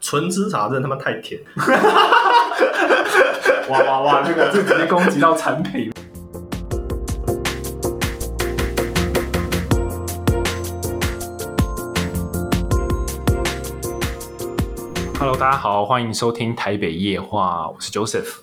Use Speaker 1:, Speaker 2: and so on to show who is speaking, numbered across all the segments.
Speaker 1: 纯芝茶真的他妈太甜。
Speaker 2: 哇哇哇，这个这直接攻击到产品。Hello，大家好，欢迎收听台北夜话，我是 Joseph。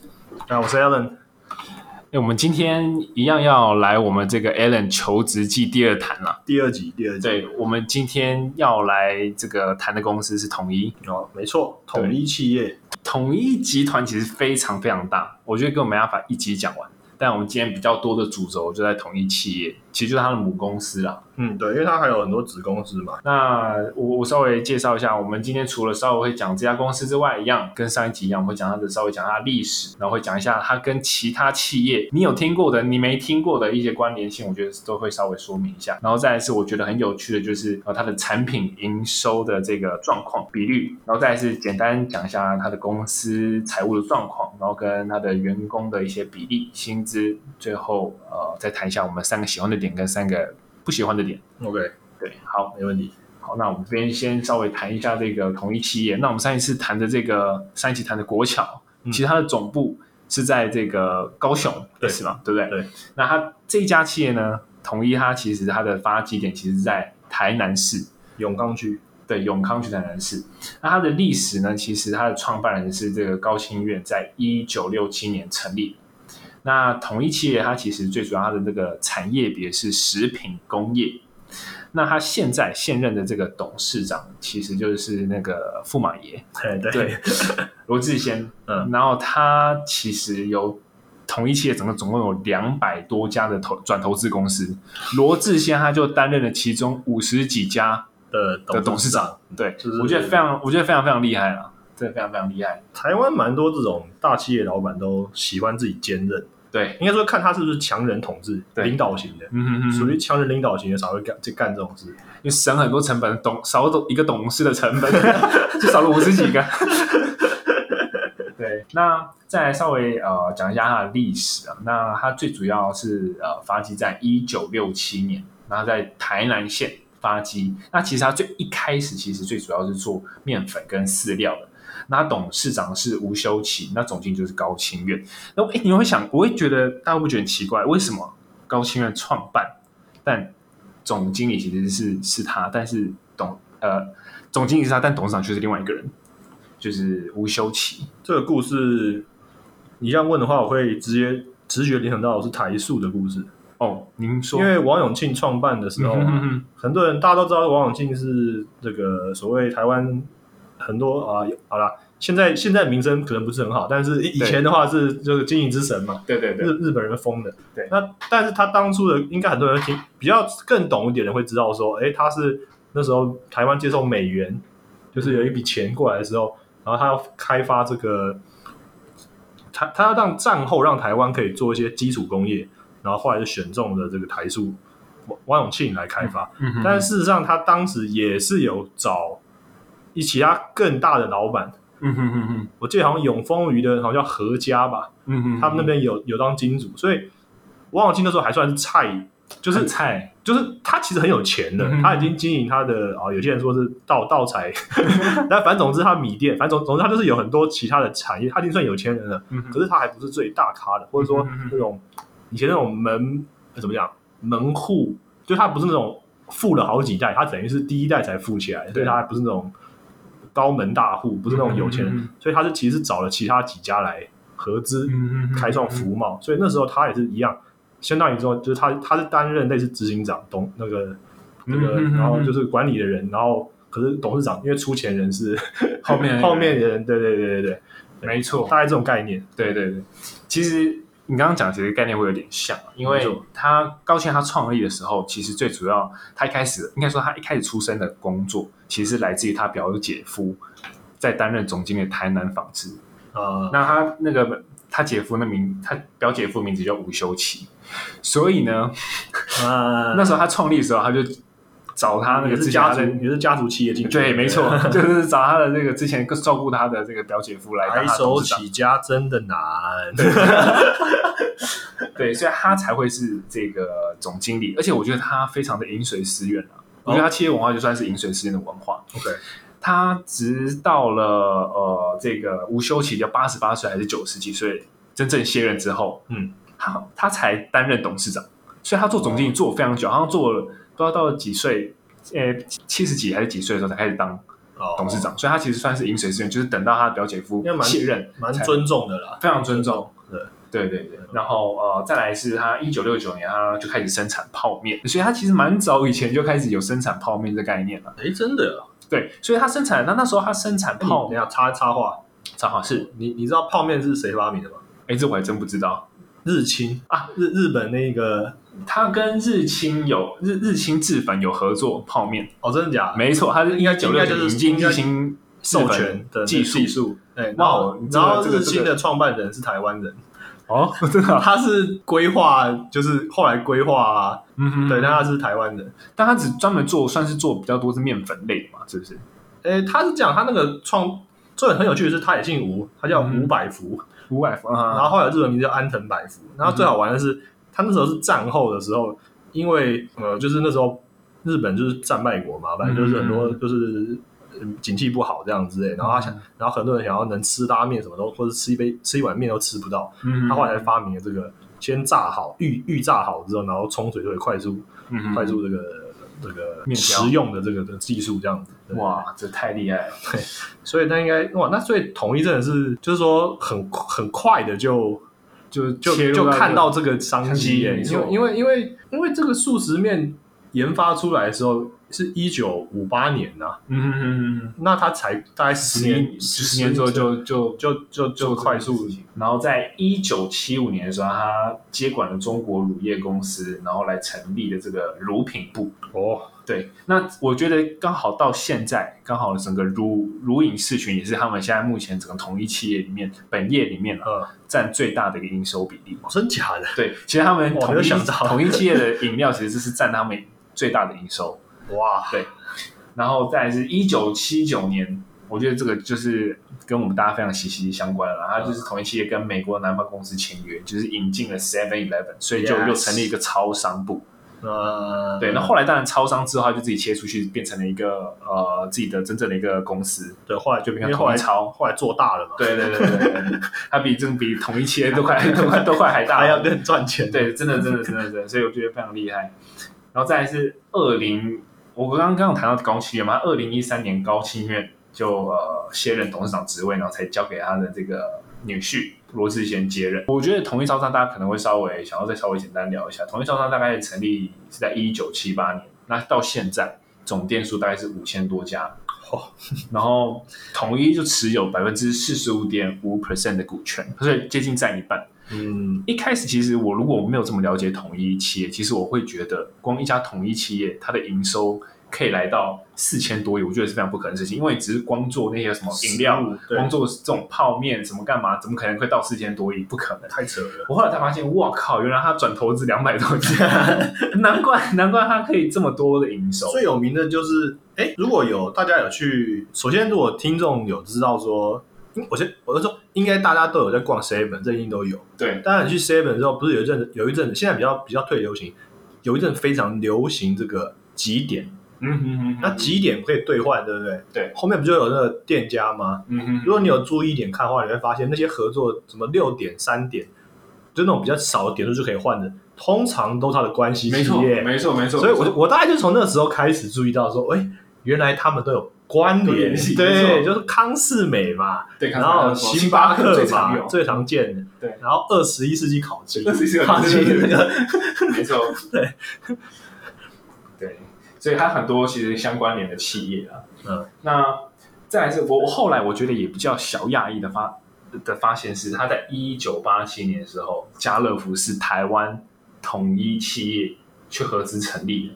Speaker 1: 啊，我是 Alan，
Speaker 2: 哎，我们今天一样要来我们这个 Alan 求职季第二谈了。
Speaker 1: 第二集，第二集。
Speaker 2: 对，我们今天要来这个谈的公司是统一。
Speaker 1: 哦，没错，统一企业。
Speaker 2: 统一集团其实非常非常大，我觉得根本没办法一集讲完。但我们今天比较多的主轴就在统一企业，其实就是它的母公司啦。
Speaker 1: 嗯，对，因为它还有很多子公司嘛。
Speaker 2: 那我我稍微介绍一下，我们今天除了稍微会讲这家公司之外，一样跟上一集一样，我们会讲它的稍微讲它的历史，然后会讲一下它跟其他企业你有听过的、你没听过的一些关联性，我觉得都会稍微说明一下。然后再来是我觉得很有趣的，就是呃它的产品营收的这个状况比率，然后再来是简单讲一下它的公司财务的状况，然后跟它的员工的一些比例、薪资，最后呃再谈一下我们三个喜欢的点跟三个不喜欢的点。
Speaker 1: OK，
Speaker 2: 对，好。
Speaker 1: 没问题。
Speaker 2: 好，那我们这边先稍微谈一下这个统一企业。那我们上一次谈的这个上一期谈的国桥，
Speaker 1: 嗯
Speaker 2: 其实它的总部是在这个高雄，
Speaker 1: 对
Speaker 2: 是吧？对不对？
Speaker 1: 对。
Speaker 2: 那它这一家企业呢，统一它其实它的发基点其实在台南市，
Speaker 1: 永康区。
Speaker 2: 对，永康区台南市。那它的历史呢，其实它的创办人是这个高清院，在一九六七年成立的。那统一企业它其实最主要它的这个产业别是食品工业。那它现在现任的这个董事长其实就是那个驸马爷
Speaker 1: 哎，
Speaker 2: 对
Speaker 1: 对，
Speaker 2: 罗志贤，
Speaker 1: 嗯，
Speaker 2: 然后他其实有统一企业整个总共有两百多家的投转投资公司，罗志贤他就担任了其中五十几家
Speaker 1: 的
Speaker 2: 的董事长，对，
Speaker 1: 就是
Speaker 2: 我觉得非常，我觉得非常非常厉害啊，真的非常非常厉害。
Speaker 1: 台湾蛮多这种大企业老板都喜欢自己兼任，
Speaker 2: 对，
Speaker 1: 应该说看他是不是强人统治、
Speaker 2: 对
Speaker 1: 领导型的，
Speaker 2: 嗯哼哼
Speaker 1: 属
Speaker 2: 哼，
Speaker 1: 于强人领导型的才会干这干这种事。
Speaker 2: 因为省很多成本，董少董一个董事的成本 就少了五十几个。 对，那再来稍微呃讲一下它的历史啊。那它最主要是呃发迹在一九六七年，然后在台南县发迹。那其实它最一开始其实最主要是做面粉跟饲料的。那它董事长是吴修齐，那总经理就是高清院。那诶你会想，我会觉得大家会不会觉得很奇怪，为什么高清院创办，但总经理其实是是他，但是董呃总经理是他，但董事长却是另外一个人，就是吴修齐。
Speaker 1: 这个故事，你这样问的话，我会直接直觉联想到是台塑的故事，
Speaker 2: 哦，您说，
Speaker 1: 因为王永庆创办的时候啊，
Speaker 2: 嗯哼哼哼
Speaker 1: 很多人大家都知道王永庆是这个所谓台湾很多啊，好啦，现在现在名声可能不是很好，但是以
Speaker 2: 对
Speaker 1: 前的话是就是经营之神嘛，
Speaker 2: 对对
Speaker 1: 日
Speaker 2: 对，
Speaker 1: 日本人封的。
Speaker 2: 对
Speaker 1: 那但是他当初的应该很多人听比较更懂一点的人会知道说，诶，他是那时候台湾接受美元，就是有一笔钱过来的时候，然后他要开发这个，他他要让战后让台湾可以做一些基础工业，然后后来就选中了这个台塑王王永庆来开发。
Speaker 2: 嗯哼
Speaker 1: 但事实上，他当时也是有找一其他更大的老板，
Speaker 2: 嗯哼哼哼，
Speaker 1: 我记得好像永丰余的好像叫何家吧，
Speaker 2: 嗯哼，
Speaker 1: 他们那边有有当金主，所以王永庆那时候还算是菜，就
Speaker 2: 就是
Speaker 1: 是
Speaker 2: 菜，
Speaker 1: 就是他其实很有钱的
Speaker 2: 嗯，
Speaker 1: 他已经经营他的啊、有些人说是盗盗 财，但反正总之他米店，反正总总之他就是有很多其他的产业，他已经算有钱人了，
Speaker 2: 嗯哼
Speaker 1: 可是他还不是最大咖的，或者说
Speaker 2: 嗯嗯嗯
Speaker 1: 那种以前那种门呃怎么讲门户，就他不是那种富了好几代，他等于是第一代才富起来，所以他还不是那种高门大户，不是那种有钱人，
Speaker 2: 嗯嗯嗯
Speaker 1: 所以他是其实找了其他几家来合资
Speaker 2: 嗯哼哼
Speaker 1: 开创福茂，所以那时候他也是一样，相当于说就是他他是担任类似执行长董那个这个，
Speaker 2: 嗯嗯嗯嗯
Speaker 1: 然后就是管理的人，然后可是董事长因为出钱人是
Speaker 2: 后面的 人
Speaker 1: 后面的人，对对对对对，
Speaker 2: 没错，
Speaker 1: 大概这种概念，
Speaker 2: 对对对，其实你刚刚讲，其实概念会有点像，啊因为
Speaker 1: 没错
Speaker 2: 他高兴他创立的时候，其实最主要他一开始应该说他一开始出生的工作，其实是来自于他表姐夫在担任总经理的台南纺织。
Speaker 1: 啊，
Speaker 2: 那他那个他姐夫那名，他表姐夫名字叫吴修齐，所以呢，
Speaker 1: 啊
Speaker 2: 那时候他创立的时候，他就找他那
Speaker 1: 也
Speaker 2: 个
Speaker 1: 是
Speaker 2: 之前
Speaker 1: 家
Speaker 2: 他
Speaker 1: 族
Speaker 2: 的
Speaker 1: 也是家族企业进去，
Speaker 2: 对，没错，就是找他的这个之前照顾他的这个表姐夫来当
Speaker 1: 白
Speaker 2: 他的
Speaker 1: 手
Speaker 2: 董事长。
Speaker 1: 起家真的难，
Speaker 2: 对，所以他才会是这个总经
Speaker 1: 哦
Speaker 2: 理，而且我觉得他非常的饮水思源啊。我觉得他企业文化就算是饮水思源的文化。
Speaker 1: OK，
Speaker 2: 他直到了呃这个无休期的八十八岁还是九十几岁真正卸任之后，
Speaker 1: 嗯，
Speaker 2: 他他才担任董事长，所以他做总经理做非常久，好像做了不知道到了几岁，呃七十几还是几岁的时候才开始当
Speaker 1: 哦
Speaker 2: 董事长，所以他其实算是饮水思源，就是等到他的表姐夫
Speaker 1: 应该蛮
Speaker 2: 卸任，
Speaker 1: 蛮尊重的啦，
Speaker 2: 非常尊重。
Speaker 1: 对
Speaker 2: 对对对，然后呃，再来是他一九六九年他就开始生产泡面，所以他其实蛮早以前就开始有生产泡面这概念了。
Speaker 1: 哎，真的啊，
Speaker 2: 对，所以他生产，那那时候他生产
Speaker 1: 你
Speaker 2: 泡
Speaker 1: 等一下插插话，
Speaker 2: 正好是，
Speaker 1: 你你知道泡面是谁发明的吗？
Speaker 2: 哎，这我还真不知道。
Speaker 1: 日清
Speaker 2: 啊，
Speaker 1: 日日本那个
Speaker 2: 他跟日清有日日清制粉有合作泡面，
Speaker 1: 哦，真的假的？
Speaker 2: 没错，他是应该九
Speaker 1: 应
Speaker 2: 六
Speaker 1: 该
Speaker 2: 年
Speaker 1: 就是
Speaker 2: 引进
Speaker 1: 应该
Speaker 2: 日清
Speaker 1: 授权的
Speaker 2: 技术
Speaker 1: 技术，哎，然
Speaker 2: 哇哦
Speaker 1: 后
Speaker 2: 你这
Speaker 1: 然
Speaker 2: 个
Speaker 1: 后
Speaker 2: 这个
Speaker 1: 日
Speaker 2: 这
Speaker 1: 清
Speaker 2: 个
Speaker 1: 的创办人是台湾人，
Speaker 2: 哦， 真的啊、
Speaker 1: 他是规划，就是后来规划啊，
Speaker 2: 嗯哼，
Speaker 1: 对，但他是台湾人。
Speaker 2: 但他只专门做算是做比较多是面粉类的嘛，是不
Speaker 1: Uh-huh
Speaker 2: 是？
Speaker 1: 诶，哎他是这样，他那个创，这很有趣的是，他也姓吴，他叫
Speaker 2: 嗯
Speaker 1: 吴百福，
Speaker 2: 五百伏啊，
Speaker 1: 然后后来日文名叫安藤百福。然后最好玩的是，他那时候是战后的时候，因为呃，就是那时候日本就是战败国嘛，反正就是很多
Speaker 2: 嗯
Speaker 1: 就是呃景气不好这样之类，然后他想，然后很多人想要能吃拉面什么都，或者吃一杯吃一碗面都吃不到，
Speaker 2: 嗯，
Speaker 1: 他后来才发明了这个，先炸好预预炸好之后，然后冲水就会快速
Speaker 2: 嗯
Speaker 1: 快速这个这个
Speaker 2: 面条
Speaker 1: 食用的这个的技术这样子。对，
Speaker 2: 哇，这太厉害了！
Speaker 1: 所以那应该哇，那所以统一真的是就是说很很快的就
Speaker 2: 就
Speaker 1: 就
Speaker 2: 切入
Speaker 1: 就
Speaker 2: 到
Speaker 1: 看
Speaker 2: 这
Speaker 1: 到
Speaker 2: 个
Speaker 1: 这个商
Speaker 2: 商机
Speaker 1: 机耶
Speaker 2: 没，
Speaker 1: 因
Speaker 2: 错
Speaker 1: 为因为因为因为这个速食面研发出来的时候是一九五八年呐、
Speaker 2: 嗯嗯嗯嗯，
Speaker 1: 那它才大概
Speaker 2: 十
Speaker 1: 十
Speaker 2: 年
Speaker 1: 年
Speaker 2: 十年之后就就
Speaker 1: 就就就快速。
Speaker 2: 然后在一九七五年的时候，他接管了中国乳业公司，然后来成立了这个乳品部。
Speaker 1: 哦，
Speaker 2: 对，那我觉得刚好到现在，刚好整个乳乳饮市群也是他们现在目前整个统一企业里面本业里面啊
Speaker 1: 呃，
Speaker 2: 占最大的一个营收比例。
Speaker 1: 真假的
Speaker 2: 对，其实他们
Speaker 1: 哇
Speaker 2: 统
Speaker 1: 没有
Speaker 2: 一
Speaker 1: 想到
Speaker 2: 统一企业的饮料其实是占他们最大的营收。
Speaker 1: 哇，
Speaker 2: 然后再来是一九七九年，我觉得这个就是跟我们大家非常息息相关
Speaker 1: 嗯
Speaker 2: 了。它就是同一企业跟美国南方公司签约，就是引进了 Seven Eleven，所以就
Speaker 1: Yes
Speaker 2: 又成立一个超商部。
Speaker 1: 呃，
Speaker 2: 对，那后来当然超商之后，它就自己切出去，变成了一个呃自己的真正的一个公司。
Speaker 1: 对后来就
Speaker 2: 变
Speaker 1: 因
Speaker 2: 成
Speaker 1: 为后来
Speaker 2: 统一超
Speaker 1: 后来做大了嘛，
Speaker 2: 对对对对对，它比这个比同一企业都快 都快都快还大，
Speaker 1: 还要更赚钱，
Speaker 2: 对，真的，真的，真的，真的，所以我觉得非常厉害。然后再来是二零，我刚刚刚有谈到高清院嘛，二零一三年高清院就呃卸任董事长职位，然后才交给他的这个女婿罗志贤接任。我觉得统一超商大家可能会稍微想要再稍微简单聊一下，统一超商大概成立是在一九七八年，那到现在总店数大概是五千多家。然后统一就持有百分之四十五点五 percent 的股权，所以接近占一半。
Speaker 1: 嗯，
Speaker 2: 一开始其实我如果没有这么了解统一企业，其实我会觉得光一家统一企业它的营收可以来到四千多亿，我觉得是非常不可能的事情，因为只是光做那些什么饮料，
Speaker 1: 食物对
Speaker 2: 光做这种泡面什么干嘛，怎么可能会到四千多亿？不可能。
Speaker 1: 太扯了，
Speaker 2: 我后来才发现，哇靠！原来他转投资两百多家， 难怪难怪他可以这么多的营收。
Speaker 1: 最有名的就是，哎，如果有大家有去，首先如果听众有知道说，嗯我先我就说，应该大家都有在逛 Seven，这一定都有。
Speaker 2: 对，
Speaker 1: 当然你去 Seven 之后，不是有一阵子，有一阵子现在比较比较退流行，有一阵非常流行这个几点，
Speaker 2: 嗯哼哼，
Speaker 1: 那几点可以兑换，对不对？
Speaker 2: 对
Speaker 1: 后面不就有那个店家吗？
Speaker 2: 嗯哼，
Speaker 1: 如果你有注意一点看的话，你会发现那些合作什么六点、三点，就那种比较少的点数就可以换的，通常都是他的关系
Speaker 2: 没
Speaker 1: 企
Speaker 2: 错
Speaker 1: 业。
Speaker 2: 没错没错，
Speaker 1: 所以我我大概就从那时候开始注意到说，哎、原来他们都有关
Speaker 2: 有
Speaker 1: 联
Speaker 2: 联系，没
Speaker 1: 对，
Speaker 2: 错
Speaker 1: 就是康世美嘛，
Speaker 2: 对，
Speaker 1: 然后星巴克
Speaker 2: 最常
Speaker 1: 嘛
Speaker 2: 用，
Speaker 1: 最常见的，
Speaker 2: 对
Speaker 1: 然后二十一世纪烤鸡，
Speaker 2: 21世纪烤
Speaker 1: 烤
Speaker 2: 鸡
Speaker 1: 鸡那个，
Speaker 2: 没错，对，对，所以它很多其实相关联的企业啊。
Speaker 1: 嗯，
Speaker 2: 那再来是我我后来我觉得也比较小讶异的发的发现是，他在一九八七年的时候，家乐福是台湾统一企业去合资成立的。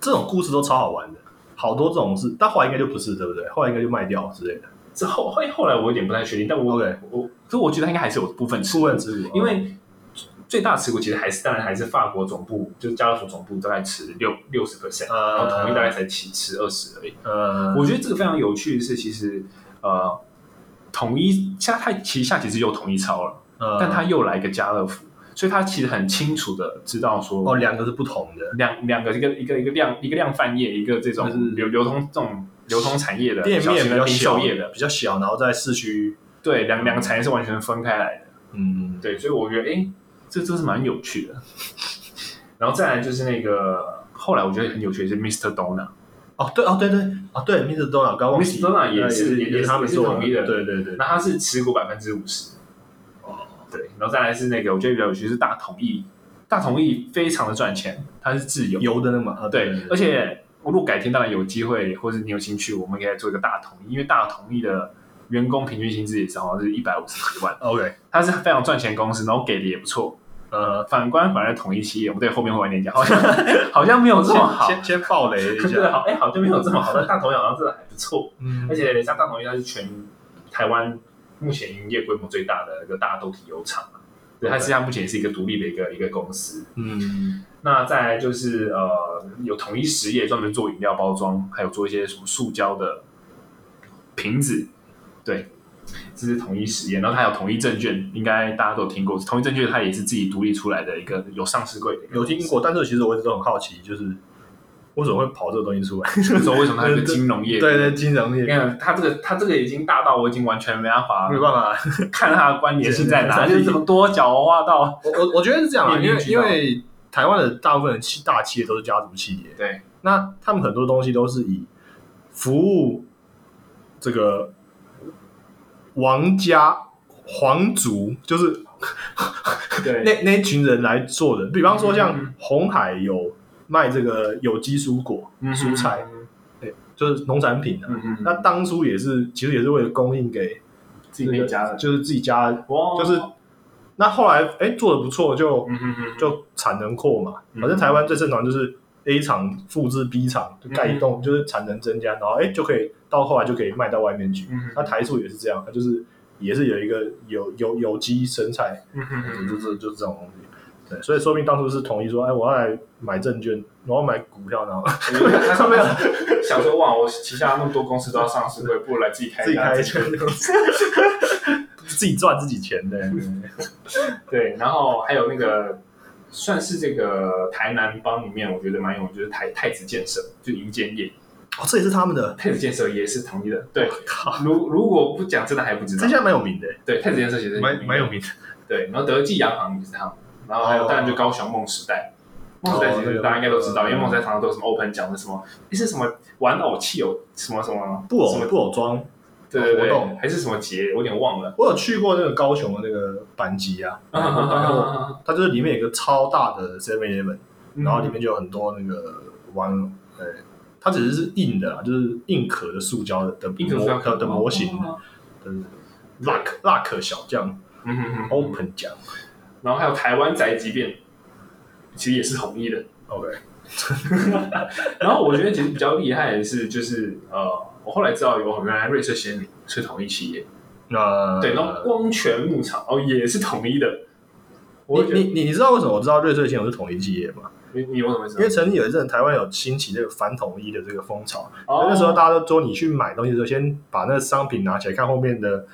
Speaker 1: 这种故事都超好玩的，好多这种事，但后来应该就不是，对不对？后来应该就卖掉之类的，
Speaker 2: 之后哎后后来我有点不太确定，但我
Speaker 1: OK
Speaker 2: 我可我觉得它应该还是有部分持
Speaker 1: 顾
Speaker 2: 股
Speaker 1: 问之股，
Speaker 2: 因为最大持股其实还是当然还是法国总部，就是家乐福总部大概持六六十 percent，
Speaker 1: 呃
Speaker 2: 然后统一大概才七持二十而已。
Speaker 1: 呃，
Speaker 2: 我觉得这个非常有趣的是，其实呃，统一现在它旗下其实有统一超了，
Speaker 1: 呃
Speaker 2: 但它又来一个家乐福，所以它其实很清楚的知道说，
Speaker 1: 哦哦两个是不同的，
Speaker 2: 两两个一个一个一个量一个量贩业，一个这
Speaker 1: 就
Speaker 2: 种
Speaker 1: 是
Speaker 2: 流流通这种流通产业的
Speaker 1: 店
Speaker 2: 小型
Speaker 1: 面
Speaker 2: 的
Speaker 1: 比较
Speaker 2: 零
Speaker 1: 小
Speaker 2: 售
Speaker 1: 嗯
Speaker 2: 业的，
Speaker 1: 比较小，然后在市区，
Speaker 2: 对，两两个产业是完全分开来的。
Speaker 1: 嗯，
Speaker 2: 对，所以我觉得，哎、这这是蛮有趣的。 然后再来就是那个，后来我觉得很有趣的是 Mr. Donut。
Speaker 1: 哦对哦对对哦对，Mr. Donut 刚忘记
Speaker 2: Mr. Donut 也
Speaker 1: 也
Speaker 2: 是也
Speaker 1: 也
Speaker 2: 是
Speaker 1: 他们
Speaker 2: 也是
Speaker 1: 做
Speaker 2: 统一的
Speaker 1: 对对对，
Speaker 2: 那它是持股百分之五十。
Speaker 1: 哦，
Speaker 2: 对，然后再来是那个，我觉得比较有趣是大统一，大统一非常的赚钱，它是自由。
Speaker 1: 油的那个嘛，啊
Speaker 2: 对，而
Speaker 1: 而且
Speaker 2: 且如果改天当然有机会，或者你有兴趣，我们可以来做一个大统一，因为大统一的员工平均薪资也是好像是一百五十几万，
Speaker 1: OK，
Speaker 2: 它是非常赚钱的公司，然后给的也不错。
Speaker 1: 呃，
Speaker 2: 反观反而统一企业，我们对后面会晚点讲，好像 好像没有这么好，
Speaker 1: 先先暴雷 一
Speaker 2: 真的
Speaker 1: 下，
Speaker 2: 好，哎、好像没有这么好，但大统一好像真的还不错。
Speaker 1: 嗯
Speaker 2: 而且像大同一它是全台湾目前营业规模最大的一个大豆体油厂嘛，对，它实际上目前也是一个独立的一个一个公司。
Speaker 1: 嗯
Speaker 2: 那再来就是呃，有统一实业专门做饮料包装，还有做一些什么塑胶的瓶子，对，这是统一实业。然后它还有统一证券，应该大家都有听过，统一证券它也是自己独立出来的一个有上市柜的一个
Speaker 1: 有
Speaker 2: 公司，
Speaker 1: 听过，但是其实我一直都很好奇，就是为什么会跑这个东西 出来？
Speaker 2: 那时候为什么它有一个金融业？
Speaker 1: 对对，金融
Speaker 2: 你
Speaker 1: 业
Speaker 2: 看它这个它这个已经大到我已经完全没办法
Speaker 1: 没办法，
Speaker 2: 看它的关联性在哪，
Speaker 1: 对
Speaker 2: 就是怎么多角化到
Speaker 1: 我我我觉得是这样啊，
Speaker 2: 面
Speaker 1: 因
Speaker 2: 面
Speaker 1: 为
Speaker 2: 俱
Speaker 1: 因
Speaker 2: 到
Speaker 1: 为台湾的大部分的企大企业都是家族企业，
Speaker 2: 对，
Speaker 1: 那他们很多东西都是以服务这个王家皇族，就是
Speaker 2: 对
Speaker 1: 那那一群人来做的。比方说，像
Speaker 2: 嗯
Speaker 1: 红海有卖这个有机蔬果、蔬菜，，就是农产品啊。
Speaker 2: 嗯嗯，
Speaker 1: 那当初也是，其实也是为了供应给
Speaker 2: 自己内加的，
Speaker 1: 就是自己家。
Speaker 2: 哇
Speaker 1: 就是那后来哎做的不错，就
Speaker 2: 嗯嗯嗯，
Speaker 1: 就产能扩嘛，
Speaker 2: 嗯
Speaker 1: 反正台湾最正常就是 A 厂复制 B 厂，就
Speaker 2: 嗯
Speaker 1: 盖一栋，就是产能增加，然后哎、就可以到后来就可以卖到外面去。
Speaker 2: 嗯
Speaker 1: 那台塑也是这样，它就是也是有一个有有有机生菜，
Speaker 2: 嗯
Speaker 1: 就
Speaker 2: 嗯
Speaker 1: 是就是这种东西。对，所以说明当初是同意说，哎，我要来买证券，我要买股票，然后
Speaker 2: 嗯，他们想说哇，我旗下那么多公司都要上市，不如来自己 开
Speaker 1: 自己开一
Speaker 2: 一
Speaker 1: 间， 自己赚自己钱的。
Speaker 2: 对，然后还有那个。算是这个台南帮里面，我觉得蛮有，就是台太子建设，就银建业，
Speaker 1: 哦，这也是他们的，
Speaker 2: 太子建设也是统一的。对，
Speaker 1: 靠，
Speaker 2: 如如果不讲，真的还不知
Speaker 1: 这
Speaker 2: 道。
Speaker 1: 家蛮有名的，
Speaker 2: 对，太子建设其实
Speaker 1: 蛮蛮有名的。
Speaker 2: 对，然后德记洋行也是他们，然后还有
Speaker 1: 哦
Speaker 2: 当然就高雄梦时代，梦时代其实大家应该都知
Speaker 1: 嗯
Speaker 2: 道，因为梦时代常常都有什么 open 讲的什么，诶是什么玩偶汽偶什么什么
Speaker 1: 布
Speaker 2: 什
Speaker 1: 偶
Speaker 2: 么
Speaker 1: 布偶庄，
Speaker 2: 对对
Speaker 1: 哦活
Speaker 2: 对，
Speaker 1: 动
Speaker 2: 还是什么节，我有点忘 了。
Speaker 1: 我有去过那个高雄的那个班级啊，
Speaker 2: 啊啊啊啊啊啊
Speaker 1: 它就是里面有一个超大的 Seven Eleven，
Speaker 2: 嗯
Speaker 1: 然后里面就有很多那个玩，呃，它只是硬的啦，就是硬壳的塑胶的的
Speaker 2: 硬壳塑哦胶
Speaker 1: 模的的模型，嗯，Luck Luck 小将
Speaker 2: 嗯嗯嗯嗯，
Speaker 1: Open 奖
Speaker 2: 然后还有台湾宅急便，其实也是统一的。
Speaker 1: ，OK，
Speaker 2: 然后我觉得其实比较厉害的是，就是呃，我后来知道有原来瑞士先民是统一企业，
Speaker 1: 那
Speaker 2: 对，然后光泉牧场哦也是统一的。我
Speaker 1: 你
Speaker 2: 会觉得
Speaker 1: 你你你知道为什么我知道瑞穗线我是统一企业吗？
Speaker 2: 你你有什么知
Speaker 1: 因
Speaker 2: 道？
Speaker 1: 为曾经有一阵台湾有兴起这个反统一的这个风潮，
Speaker 2: 哦
Speaker 1: 那时候大家都说你去买东西的时候，先把那个商品拿起来看后面的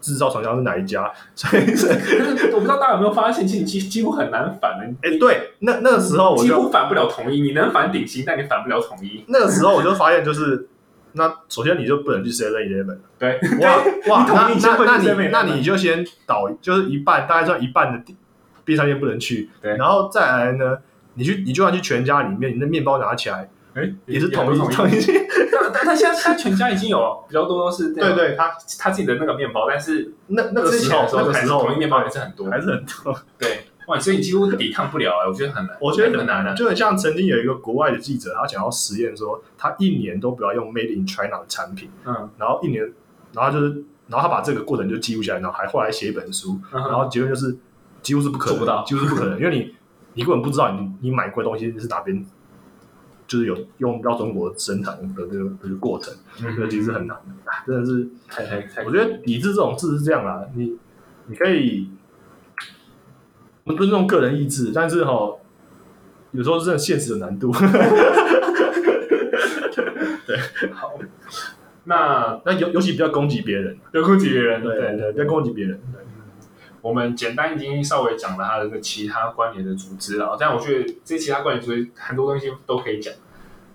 Speaker 1: 制造厂商是哪一家，所以是
Speaker 2: 可是我不知道大家有没有发现，其实几几乎很难反的。
Speaker 1: 哎、对，那那个时候我
Speaker 2: 几
Speaker 1: 就
Speaker 2: 乎反不了统一，你能反顶薪，但你反不了统一。
Speaker 1: 那个时候我就发现，就是那首先你就不能去 Seven Eleven，
Speaker 2: 对，
Speaker 1: 哇哇，那
Speaker 2: 你同意
Speaker 1: 那那
Speaker 2: 先不
Speaker 1: 你
Speaker 2: 能
Speaker 1: 那你就先倒，就是一半，大概算一半的地便利商店不能去，
Speaker 2: 对
Speaker 1: 然后再来呢，你去你就算去全家里面，你的面包拿起来
Speaker 2: 哎，
Speaker 1: 也是统一
Speaker 2: 统
Speaker 1: 统一，
Speaker 2: 但但但现在他全家已经有比较多是那
Speaker 1: 对
Speaker 2: 种
Speaker 1: 对，他
Speaker 2: 他自己的那个面包，但是
Speaker 1: 那那个
Speaker 2: 之
Speaker 1: 时
Speaker 2: 前
Speaker 1: 候
Speaker 2: 的时
Speaker 1: 那
Speaker 2: 候
Speaker 1: 个
Speaker 2: 还是
Speaker 1: 时候
Speaker 2: 统一面包还是很多。
Speaker 1: 还是很多，
Speaker 2: 对，哇，所以你几乎抵抗不了哎，我觉得很难，
Speaker 1: 我觉得
Speaker 2: 很难的。啊
Speaker 1: 就很像曾经有一个国外的记者，他想要实验说，他一年都不要用 Made in China 的产品，
Speaker 2: 嗯，
Speaker 1: 然后一年，然后他就是，然后他把这个过程就记录下来，然后还后来写一本书，
Speaker 2: 然
Speaker 1: 然后结论就是几乎是不可能，
Speaker 2: 嗯做不到
Speaker 1: 几乎是不可能，因为你你根本不知道你你买过的东西是哪边，就是有用到中国生产的这个这个过程，这个其实很难的，啊真的是，
Speaker 2: 太太太，
Speaker 1: 我觉得理智这种事是这样啦，你你可以我们尊重个人意志，但是哈、有时候是真的现实的难度。
Speaker 2: 好。那
Speaker 1: 那尤尤其不要攻击别人，
Speaker 2: 德库提别人
Speaker 1: 对对，不要攻击别人。
Speaker 2: 我们简单已经稍微讲了它的那个其他关联的组织了，但我觉得这其他关联组织很多东西都可以讲，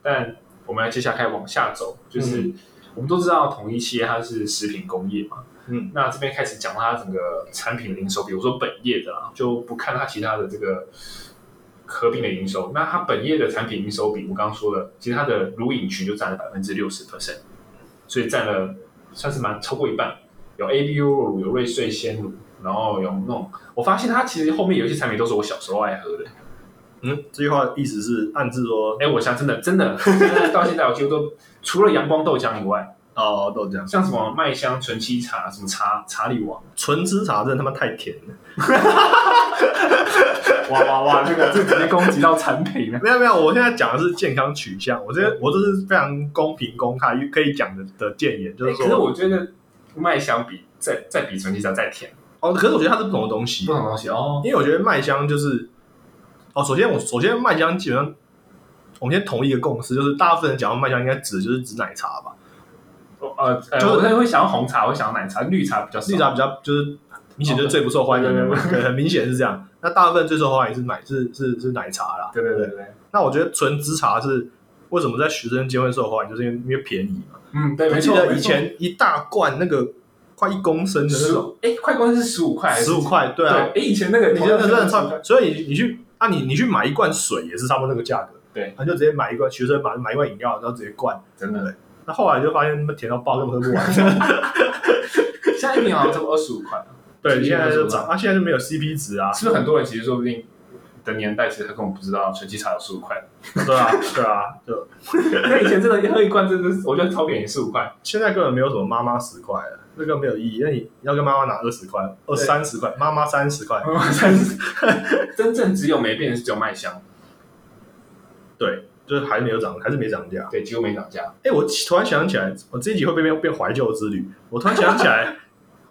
Speaker 2: 但我们来接下来往下走，就是、我们都知道统一企业它是食品工业嘛，
Speaker 1: 嗯，
Speaker 2: 那这边开始讲到它整个产品的营收，比如说本业的啦，就不看它其他的这个合并的营收，那它本业的产品营收比我刚刚说了，其实它的乳饮区就占了百分之六十 percent，所以占了算是蛮超过一半，有 ABU 乳，有瑞穗鲜乳。然后有那种，我发现它其实后面有一些产品都是我小时候爱喝的，
Speaker 1: 嗯，这句话的意思是暗示说
Speaker 2: 哎，我想真的真的， 真的到现在我几乎都除了阳光豆浆以外，
Speaker 1: 哦，豆浆
Speaker 2: 像什么麦香纯喫茶、什么茶茶里王，
Speaker 1: 纯芝茶真的他妈太甜了。
Speaker 2: 哇哇哇，这个这 直接攻击到产品了。
Speaker 1: 没有没有，我现在讲的是健康取向，我这我这是非常公平公开可以讲的的谏言，哎就是
Speaker 2: 可
Speaker 1: 说，
Speaker 2: 是我觉得麦香比再再比纯喫茶再甜，
Speaker 1: 哦，可是我觉得它是不同的东西
Speaker 2: 不，同东西哦。
Speaker 1: 因为我觉得麦香就是，哦，首先我首先麦香基本上，我们先同一个共识，就是大部分人讲到麦香应该指的就是指奶茶吧，
Speaker 2: 呃，呃
Speaker 1: 就是
Speaker 2: 我会想要红茶，我会想要奶茶，绿茶比较少
Speaker 1: 绿茶比较就是明显就是最不受欢
Speaker 2: 哦
Speaker 1: 迎的嘛，对很明显是这样。那大部分最受欢迎是奶是是是奶茶啦，
Speaker 2: 对对对对，
Speaker 1: 那我觉得纯芝茶是为什么在学生间会受欢迎，就是因为因为便宜嘛。
Speaker 2: 嗯，对，
Speaker 1: 我
Speaker 2: 没
Speaker 1: 记
Speaker 2: 错。
Speaker 1: 得以前一大罐那个快一公升的那
Speaker 2: 十
Speaker 1: 种，
Speaker 2: 五，哎，快光是十五块，
Speaker 1: 十五，块，对啊，
Speaker 2: 哎，以前那个
Speaker 1: 你真的真的
Speaker 2: 差不
Speaker 1: 差，
Speaker 2: 多，
Speaker 1: 所以你你去啊你你去买一罐水也是差不多那个价格，
Speaker 2: 对，
Speaker 1: 啊就直接买一罐学生买买一罐饮料，然后直接灌。
Speaker 2: 真的。
Speaker 1: 那后来就发现他妈甜到爆，根本喝不完。
Speaker 2: 下一瓶好像差不多二十五块，
Speaker 1: 对，现在就涨，啊现在就没有 CP 值啊，
Speaker 2: 是不是很多人其实说不定的年代，其实他根本不知道纯喫茶有十五块。
Speaker 1: 对啊对啊，就
Speaker 2: 因为以前真的喝一罐真的是，我觉得超便宜，十五块。
Speaker 1: 现在根本没有什么妈妈十块了，那个没有意义。那你要跟妈妈拿二十块、二
Speaker 2: 对嗯
Speaker 1: 三十块，妈妈三十块，
Speaker 2: 真是真正只有没变是只有麦香，
Speaker 1: 对，就是还没有涨，还是没涨价。
Speaker 2: 对，几乎没涨价。
Speaker 1: 哎，我突然想起来，我这一集会不会变变怀旧之旅？我突然想起来，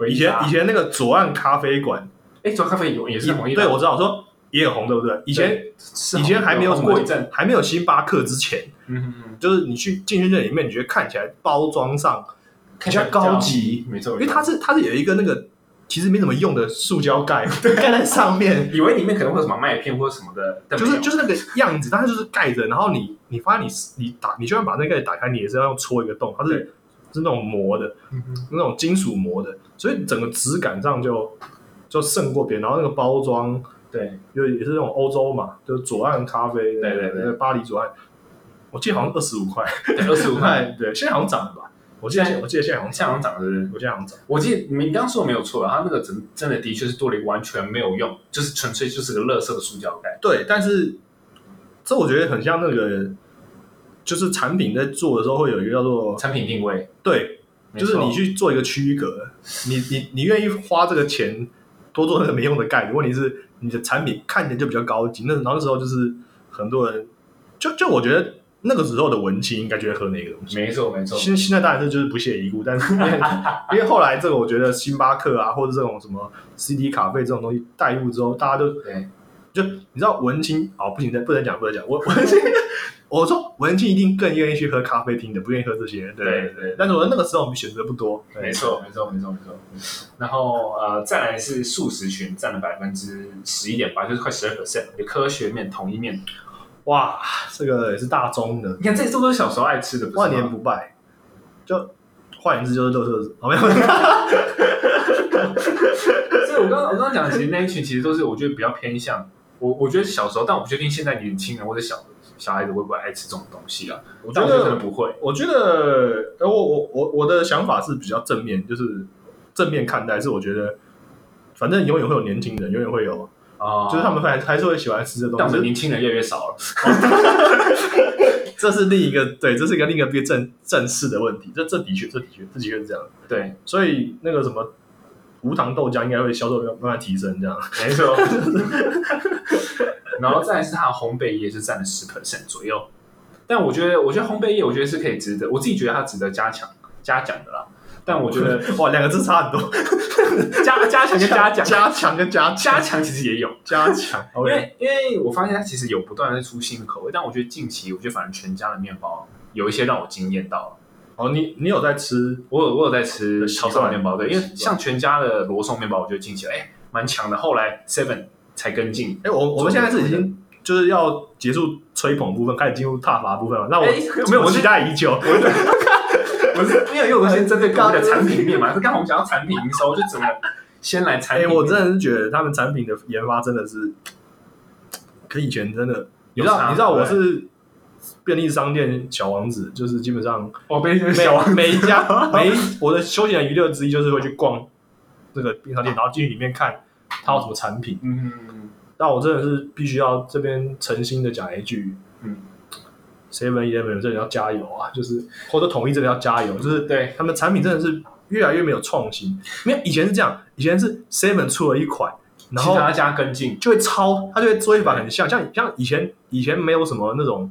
Speaker 1: 以前以前那个左岸咖啡馆，
Speaker 2: 哎，左咖啡有也是红一
Speaker 1: 对我知道，我说也很红，对不对？以前以前还没有什么
Speaker 2: 过一阵，
Speaker 1: 还没有星巴克之前，
Speaker 2: 嗯嗯，
Speaker 1: 就是你去进去那里面，你觉得看起来包装上比较高级，
Speaker 2: 没错，
Speaker 1: 因为它是它是有一个那个其实没怎么用的塑胶 盖盖在上 面，
Speaker 2: 以为里面可能会有什么麦片或者什么的，但
Speaker 1: 就是就是那个样子，但它就是盖着，然后你你发现你你打你就算把那个盖打开，你也是要用戳一个洞，它
Speaker 2: 对
Speaker 1: 是是那种磨的，那种金属磨的，所以整个质感上就就胜过别人，然后那个包装。
Speaker 2: 对
Speaker 1: 就也是那种欧洲嘛，就是左岸咖啡，
Speaker 2: 对对对
Speaker 1: 巴黎左岸，我记得好像二十五块，
Speaker 2: 二十五 块，
Speaker 1: 块，对，现在好像涨了吧？我记得
Speaker 2: 现在
Speaker 1: 我记得现在好像涨，
Speaker 2: 像阳涨的。
Speaker 1: 我记得好像涨，
Speaker 2: 我记得你们刚刚说的没有错啊，它那个真真的的确是多了一个完全没有用，就是纯粹就是个垃圾的塑胶袋。
Speaker 1: 对，但是这我觉得很像那个，就是产品在做的时候会有一个叫做
Speaker 2: 产品定位，
Speaker 1: 对，
Speaker 2: 没
Speaker 1: 就
Speaker 2: 错
Speaker 1: 是你去做一个区隔，你你你愿意花这个钱多做那个没用的盖子，问题是你的产品看起来就比较高级，那然后那时候就是很多人，就就我觉得那个时候的文青应该就会喝那个东西。
Speaker 2: 没错没错，
Speaker 1: 现现在当然是就是不屑一顾，但 是因为因为后来这个我觉得星巴克啊，或者这种什么 CD 卡费这种东西带入之后，大家都
Speaker 2: 对
Speaker 1: 就你知道文青哦，不行，不能讲不能讲，我文青， 我说文青一定更愿意去喝咖啡厅的，不愿意喝这些，对
Speaker 2: 对对
Speaker 1: 但是我那个时候我们选择不多，对
Speaker 2: 没，错，没错，没错，没错。然后呃，再来是素食群占了百分之十一点八，就是快十二 percent，有科学面、统一面。
Speaker 1: 哇，这个也是大宗的，
Speaker 2: 你看，这些都是小时候爱吃的，不是吗
Speaker 1: 万年不败，就换言之就是乐色子，哦好没有？
Speaker 2: 所以我刚我刚刚讲，其实那一群其实都是我觉得比较偏向我，我觉得是小时候，但我不确定现在年轻人或者小小孩子会不会爱吃这种东西啊。
Speaker 1: 我
Speaker 2: 但我觉得可能不会。
Speaker 1: 我觉得，呃，我我我我的想法是比较正面，就是正面看待，是我觉得，反正永远会有年轻人，永远会有，
Speaker 2: 啊，
Speaker 1: 就是他们还还是会喜欢吃这
Speaker 2: 但
Speaker 1: 东
Speaker 2: 我们
Speaker 1: 西，
Speaker 2: 年轻人越来越少了。
Speaker 1: 这是另一个对，这是一个另一个比较正正式的问题，这这的确，这的确，这的确是这样，
Speaker 2: 对，
Speaker 1: 所以那个什么。无糖豆浆应该会销售量慢慢提升，这样。
Speaker 2: 没错。 然后再来是它的烘焙业是占了十 percent 左右，但我觉得，我觉得烘焙业，我觉得是可以值得，我自己觉得它值得加强嘉奖的啦。但我觉得
Speaker 1: 哇，两个字差很多，
Speaker 2: 加加强跟嘉奖，
Speaker 1: 加强跟加
Speaker 2: 加强其实也有，
Speaker 1: 加强。
Speaker 2: 因
Speaker 1: OK，
Speaker 2: 为因为我发现它其实有不断的出新的口味，但我觉得近期，我觉得反正全家的面包有一些让我惊艳到了。
Speaker 1: 哦，你你有在吃？
Speaker 2: 我有我有在吃
Speaker 1: 习
Speaker 2: 超
Speaker 1: 惯
Speaker 2: 市的面包，对，因为
Speaker 1: 习惯
Speaker 2: 像全家的罗宋面包，我觉得近期哎蛮强的，后来 Seven 才跟进，
Speaker 1: 哎，我我们现在是已经就是要结束吹捧部分开始进入踏伐部分了。那我
Speaker 2: 哎
Speaker 1: 没有
Speaker 2: 我是
Speaker 1: 期待已久，
Speaker 2: 不是因为因为我先针对刚刚的产品面嘛，是刚好我们讲到产品营收，就整个先来产
Speaker 1: 哎、
Speaker 2: 品面。
Speaker 1: 我真的是觉得他们产品的研发真的是跟以前真的，你
Speaker 2: 有
Speaker 1: 知道，
Speaker 2: 差
Speaker 1: 你知道我
Speaker 2: 对
Speaker 1: 是便利商店小王子，就是基本 上
Speaker 2: 我被
Speaker 1: 每
Speaker 2: 小王
Speaker 1: 每一 家每一我的休闲娱乐之一就是会去逛那个便利商店，然后进去里面看它有什么产品。
Speaker 2: 嗯，
Speaker 1: 那我真的是必须要这边诚心的讲一句，
Speaker 2: 嗯
Speaker 1: ，Seven Eleven 真的要加油啊！就是或者统一真的要加油，就是
Speaker 2: 对
Speaker 1: 他们产品真的是越来越没有创新。没有以前是这样，以前是 Seven 出了一款，然
Speaker 2: 其
Speaker 1: 后
Speaker 2: 他家跟进，
Speaker 1: 就会抄，它就会做一把很像，像像以前以前没有什么那种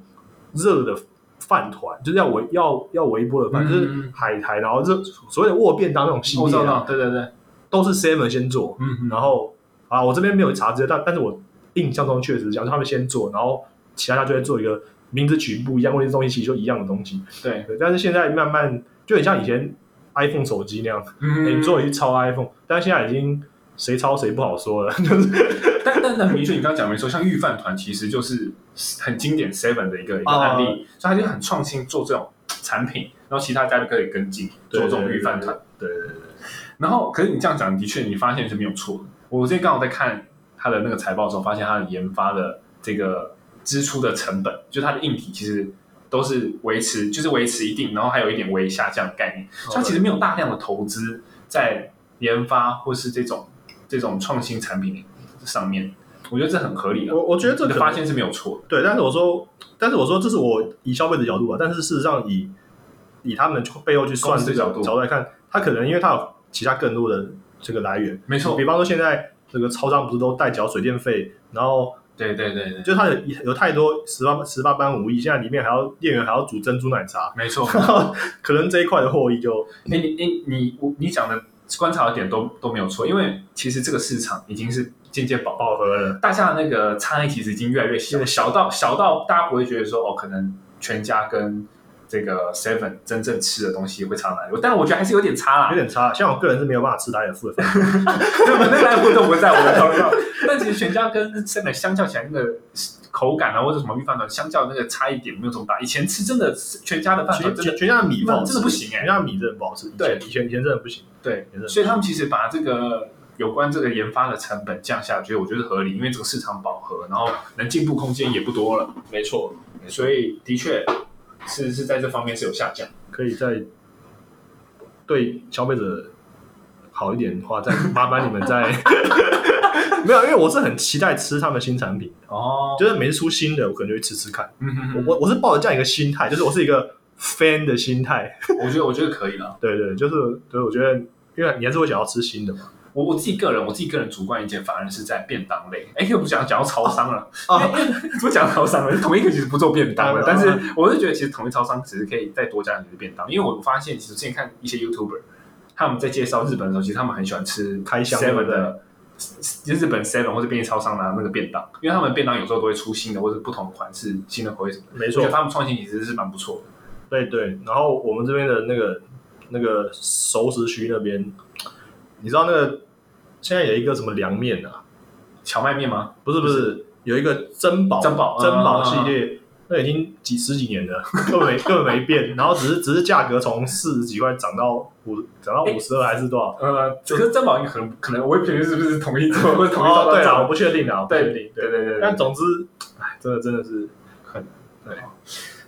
Speaker 1: 热的饭团，就是要微要要微波的饭，
Speaker 2: 嗯哦
Speaker 1: 就是海苔，然后热所谓的握便当那种系
Speaker 2: 我知
Speaker 1: 列、啊
Speaker 2: 道，，对对对，
Speaker 1: 都是 Seven 先做，
Speaker 2: 嗯，
Speaker 1: 然后啊，我这边没有查资料，但但是我印象中确实是这样，就他们先做，然后其他家就会做一个名字取不一样，或者是东西其实就一样的东西。
Speaker 2: 对，
Speaker 1: 对，但是现在慢慢就很像以前 iPhone 手机那样，哎
Speaker 2: 嗯
Speaker 1: 你做一抄 iPhone，但是现在已经谁抄谁不好说了，就是
Speaker 2: 但但但很明确，你刚刚讲没错，像御饭团其实就是很经典 Seven 的一个一个案例，
Speaker 1: 哦
Speaker 2: 所以它就很创新做这种产品，然后其他家就可以跟进做这种御饭团。。
Speaker 1: 对对对对，
Speaker 2: 然后，可是你这样讲，的确你发现是没有错的。我最近刚好在看它的那个财报的时候，发现它的研发的这个支出的成本，就它的硬体其实都是维持，就是维持一定，然后还有一点微下降的概念。
Speaker 1: 哦
Speaker 2: 所以它其实没有大量的投资在研发或是这种这种创新产品上面，我觉得这很合理的。
Speaker 1: 我我觉得这
Speaker 2: 你
Speaker 1: 个
Speaker 2: 的发现是没有错的。
Speaker 1: 对，但是我说，但是我说这是我以消费者角度啊，但是事实上以以他们背后去算
Speaker 2: 公司
Speaker 1: 这个
Speaker 2: 角度
Speaker 1: 角度来看，他可能因为他有其他更多的这个来源，
Speaker 2: 没错
Speaker 1: 比，方说现在这个超商不是都代缴水电费，然后
Speaker 2: 对对对对，
Speaker 1: 就它有有太多十八十八般武艺，现在里面还要店员还要煮珍珠奶茶，
Speaker 2: 没 错。
Speaker 1: 然后可能这一块的获益就
Speaker 2: 哎、你哎、你我你讲的观察的点都都没有错，因为其实这个市场已经是渐渐饱和，
Speaker 1: 饱和了。
Speaker 2: 大家的那个差异其实已经越来越小，小到小到大家不会觉得说哦，可能全家跟这个 Seven 真正吃的东西会差哪里，但我觉得还是有点差啦
Speaker 1: 有。点差，像我个人是没有办法吃达也富的饭，
Speaker 2: 对我们那来互动不在我们讨论到， 但其实全家跟 Seven 相较起来，那个口感啊或者什么预饭团相较那个差异点没有这么大。以前吃真的全家的饭团
Speaker 1: 全
Speaker 2: 真的
Speaker 1: 啊全全家的米不好吃，
Speaker 2: 真的不行哎
Speaker 1: 全家的米真的不好吃。以前
Speaker 2: 对
Speaker 1: 以前以前真的不行，
Speaker 2: 对
Speaker 1: 也，是
Speaker 2: 所以他们其实把这个有关这个研发的成本降下去，我觉得合理，因为这个市场饱和，然后能进步空间也不多了。没错，所以的确是是在这方面是有下降。
Speaker 1: 可以再对消费者好一点的话，再麻烦你们 再没有，因为我是很期待吃他们新产品，
Speaker 2: 哦，
Speaker 1: 就是每次出新的，我可能就去吃吃看。
Speaker 2: 嗯哼
Speaker 1: 我
Speaker 2: 哼，
Speaker 1: 我我是抱着这样一个心态，就是我是一个 fan 的心态。
Speaker 2: 我觉得我觉得可以了。
Speaker 1: 对对，就是对，我觉得因为你还是会想要吃新的嘛。
Speaker 2: 我我自己个人我自己个人主观意见，反而是在便当类。哎，又不讲讲到超商 了，
Speaker 1: 啊，
Speaker 2: 不讲超商了，统一可其实不做便当了
Speaker 1: 啊，
Speaker 2: 但是我是觉得其实统一超商其实可以再多加点的便当，因为我发现其实之前看一些 YouTuber 他们在介绍日本的时候，其实他们很喜欢吃
Speaker 1: 开箱对
Speaker 2: Seven
Speaker 1: 不对
Speaker 2: 的。日本 Seven 或者便利超商拿那个便当，因为他们便当有时候都会出新的，或者不同款式、新的口味什么的。
Speaker 1: 没
Speaker 2: 我觉
Speaker 1: 错
Speaker 2: 得，他们创新其实是蛮不错的。
Speaker 1: 对对。然后我们这边的那个那个熟食区那边，你知道那个现在有一个什么凉面啊？
Speaker 2: 荞麦面吗？
Speaker 1: 不是不是，有一个珍宝
Speaker 2: 珍宝
Speaker 1: 珍宝
Speaker 2: 嗯
Speaker 1: 系列，那已经几十几年了， 根本没根本没变。然后只是只是价格从四十几块涨到五涨到五十二还是多少？
Speaker 2: 呃，可是珍宝应该可能可能，我也不确定是不是统一 做，或者统一
Speaker 1: 哦，
Speaker 2: 超
Speaker 1: 对
Speaker 2: 商
Speaker 1: 了，我
Speaker 2: 找。
Speaker 1: 不确定啊，我不确
Speaker 2: 哎对
Speaker 1: 定。
Speaker 2: 对对对，
Speaker 1: 但总之，哎，真的真的是
Speaker 2: 可能对。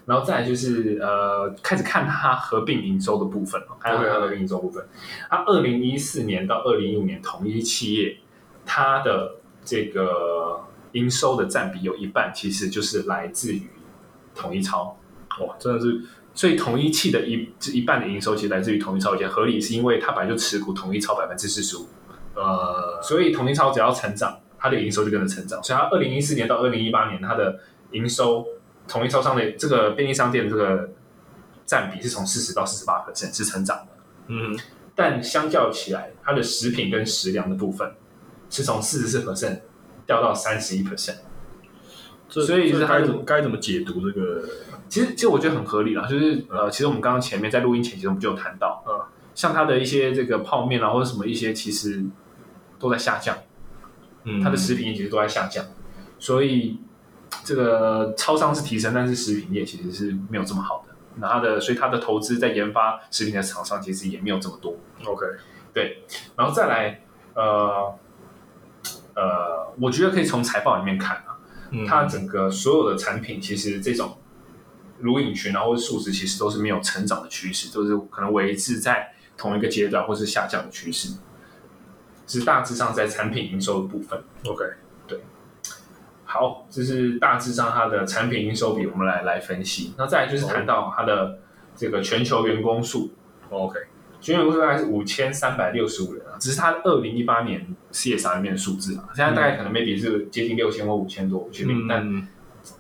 Speaker 2: 然后再来就是呃，开始看它合并营收的部分了，看它
Speaker 1: OK
Speaker 2: 合并营收部分。它二零一四年到二零一五年同一企业，它的这个营收的占比有一半其实就是来自于统一超，
Speaker 1: 哇，真的是
Speaker 2: 所以统一器的一这一半的营收其实来自于统一超，也合理是因为它本来就持股统一超百分之四十五，
Speaker 1: 呃，
Speaker 2: 所以统一超只要成长，它的营收就跟着成长。所以它二零一四年到二零一八年，它的营收统一超商的这个便利商店的这个占比是从四十到四十八 percent 是成长的，
Speaker 1: 嗯，
Speaker 2: 但相较起来，它的食品跟食粮的部分是从四十四 percent 掉到三十一 percent。
Speaker 1: 这
Speaker 2: 所以
Speaker 1: 这
Speaker 2: 是他
Speaker 1: 该
Speaker 2: 的
Speaker 1: 怎么该怎么解读这个？
Speaker 2: 其实，其实我觉得很合理啦，就是呃，其实我们刚刚前面在录音前，其实我们就有谈到，
Speaker 1: 嗯，
Speaker 2: 像它的一些这个泡面啊，或者什么一些，其实都在下降。
Speaker 1: 嗯，
Speaker 2: 它的食品也其实都在下降，所以这个超商是提升，但是食品业其实是没有这么好的。那它的所以它的投资在研发食品的厂商其实也没有这么多。
Speaker 1: OK，
Speaker 2: 然后再来，呃呃，我觉得可以从财报里面看啊，
Speaker 1: 嗯
Speaker 2: 它整个所有的产品其实这种如饮群啊或者数值其实都是没有成长的趋势，都是可能维持在同一个阶段或是下降的趋势，是大致上在产品营收的部分。
Speaker 1: OK，
Speaker 2: 好，这是大致上它的产品营收比，我们来来分析。那再来就是谈到它的这个全球员工数，OK，全球员工数大概是五千三百六十五人啊，只是它二零一八年 CSR 里面的数字啊，现在大概可能 maybe 是接近六千或五千多，我不确定，但
Speaker 1: 嗯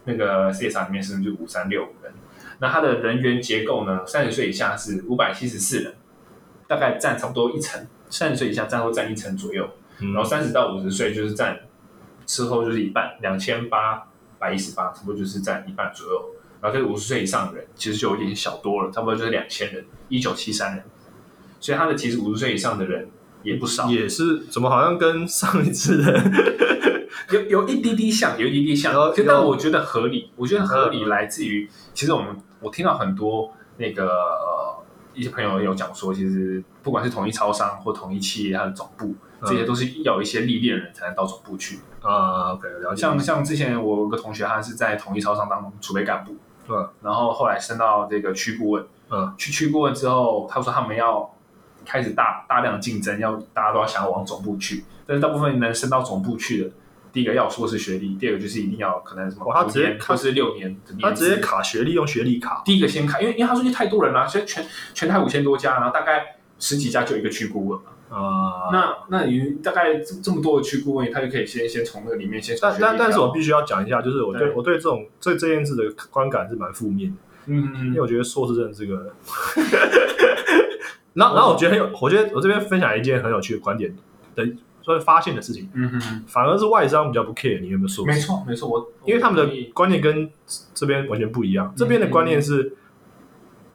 Speaker 2: 那个 CSR 里面是不是五三六人？那它的人员结构呢？三十岁以下是五百七十四人，大概占差不多一成，三十岁以下占会占一成左右。
Speaker 1: 嗯
Speaker 2: 然后三十到五十岁就是占之后就是一半，两千八百一十八，差不多就是占一半左右。然后对五十岁以上的人，其实就有点小多了，差不多就是两千人，一九七三人。所以他的其实五十岁以上的人也不少，
Speaker 1: 也是怎么好像跟上一次的
Speaker 2: 有有一滴滴像，有一滴滴像
Speaker 1: 有，
Speaker 2: 可
Speaker 1: 有嗯
Speaker 2: 但我觉得合理，我觉得合理来自于，其实我们我听到很多那个呃一些朋友有讲说，其实不管是同一超商或同一企业，它的总部
Speaker 1: 嗯
Speaker 2: 这些都是要有一些历练的人才能到总部去。
Speaker 1: 啊？OK，了解。
Speaker 2: 像像之前我有个同学，他是在统一超商当储备干部，
Speaker 1: 嗯
Speaker 2: 然后后来升到这个区顾问，
Speaker 1: 嗯
Speaker 2: 去区顾问之后，他说他们要开始大大量竞争，要大家都要想要往总部去，但是大部分能升到总部去的，第一个要有硕士学历，第二个就是一定要可能什么
Speaker 1: 哇他直接
Speaker 2: 五年
Speaker 1: 卡
Speaker 2: 或是六年的年资，
Speaker 1: 他直接卡学历，用学历卡。
Speaker 2: 第一个先开，因为因为他说就太多人了、现在全全台五千多家，然后大概十几家就有一个区顾问嘛，
Speaker 1: 啊、
Speaker 2: 那那你大概这这么多的区顾问，他就可以先先从那个里面先从
Speaker 1: 但
Speaker 2: 学历
Speaker 1: 但但是
Speaker 2: 开
Speaker 1: 我必须要讲一下，就是我对
Speaker 2: 对
Speaker 1: 我对这种对这件事的观感是蛮负面的，
Speaker 2: 嗯嗯嗯
Speaker 1: 因为我觉得硕士真的是 个。然后然后我觉得很有，我觉得我这边分享一件很有趣的观点的，算是发现的事情，
Speaker 2: 嗯哼，
Speaker 1: 反而是外商比较不 care 你有没有硕
Speaker 2: 没
Speaker 1: 士，
Speaker 2: 错没错，我
Speaker 1: 因为他们
Speaker 2: 我同
Speaker 1: 的
Speaker 2: 意
Speaker 1: 观念跟这边完全不一
Speaker 2: 嗯
Speaker 1: 样。这边的观念是，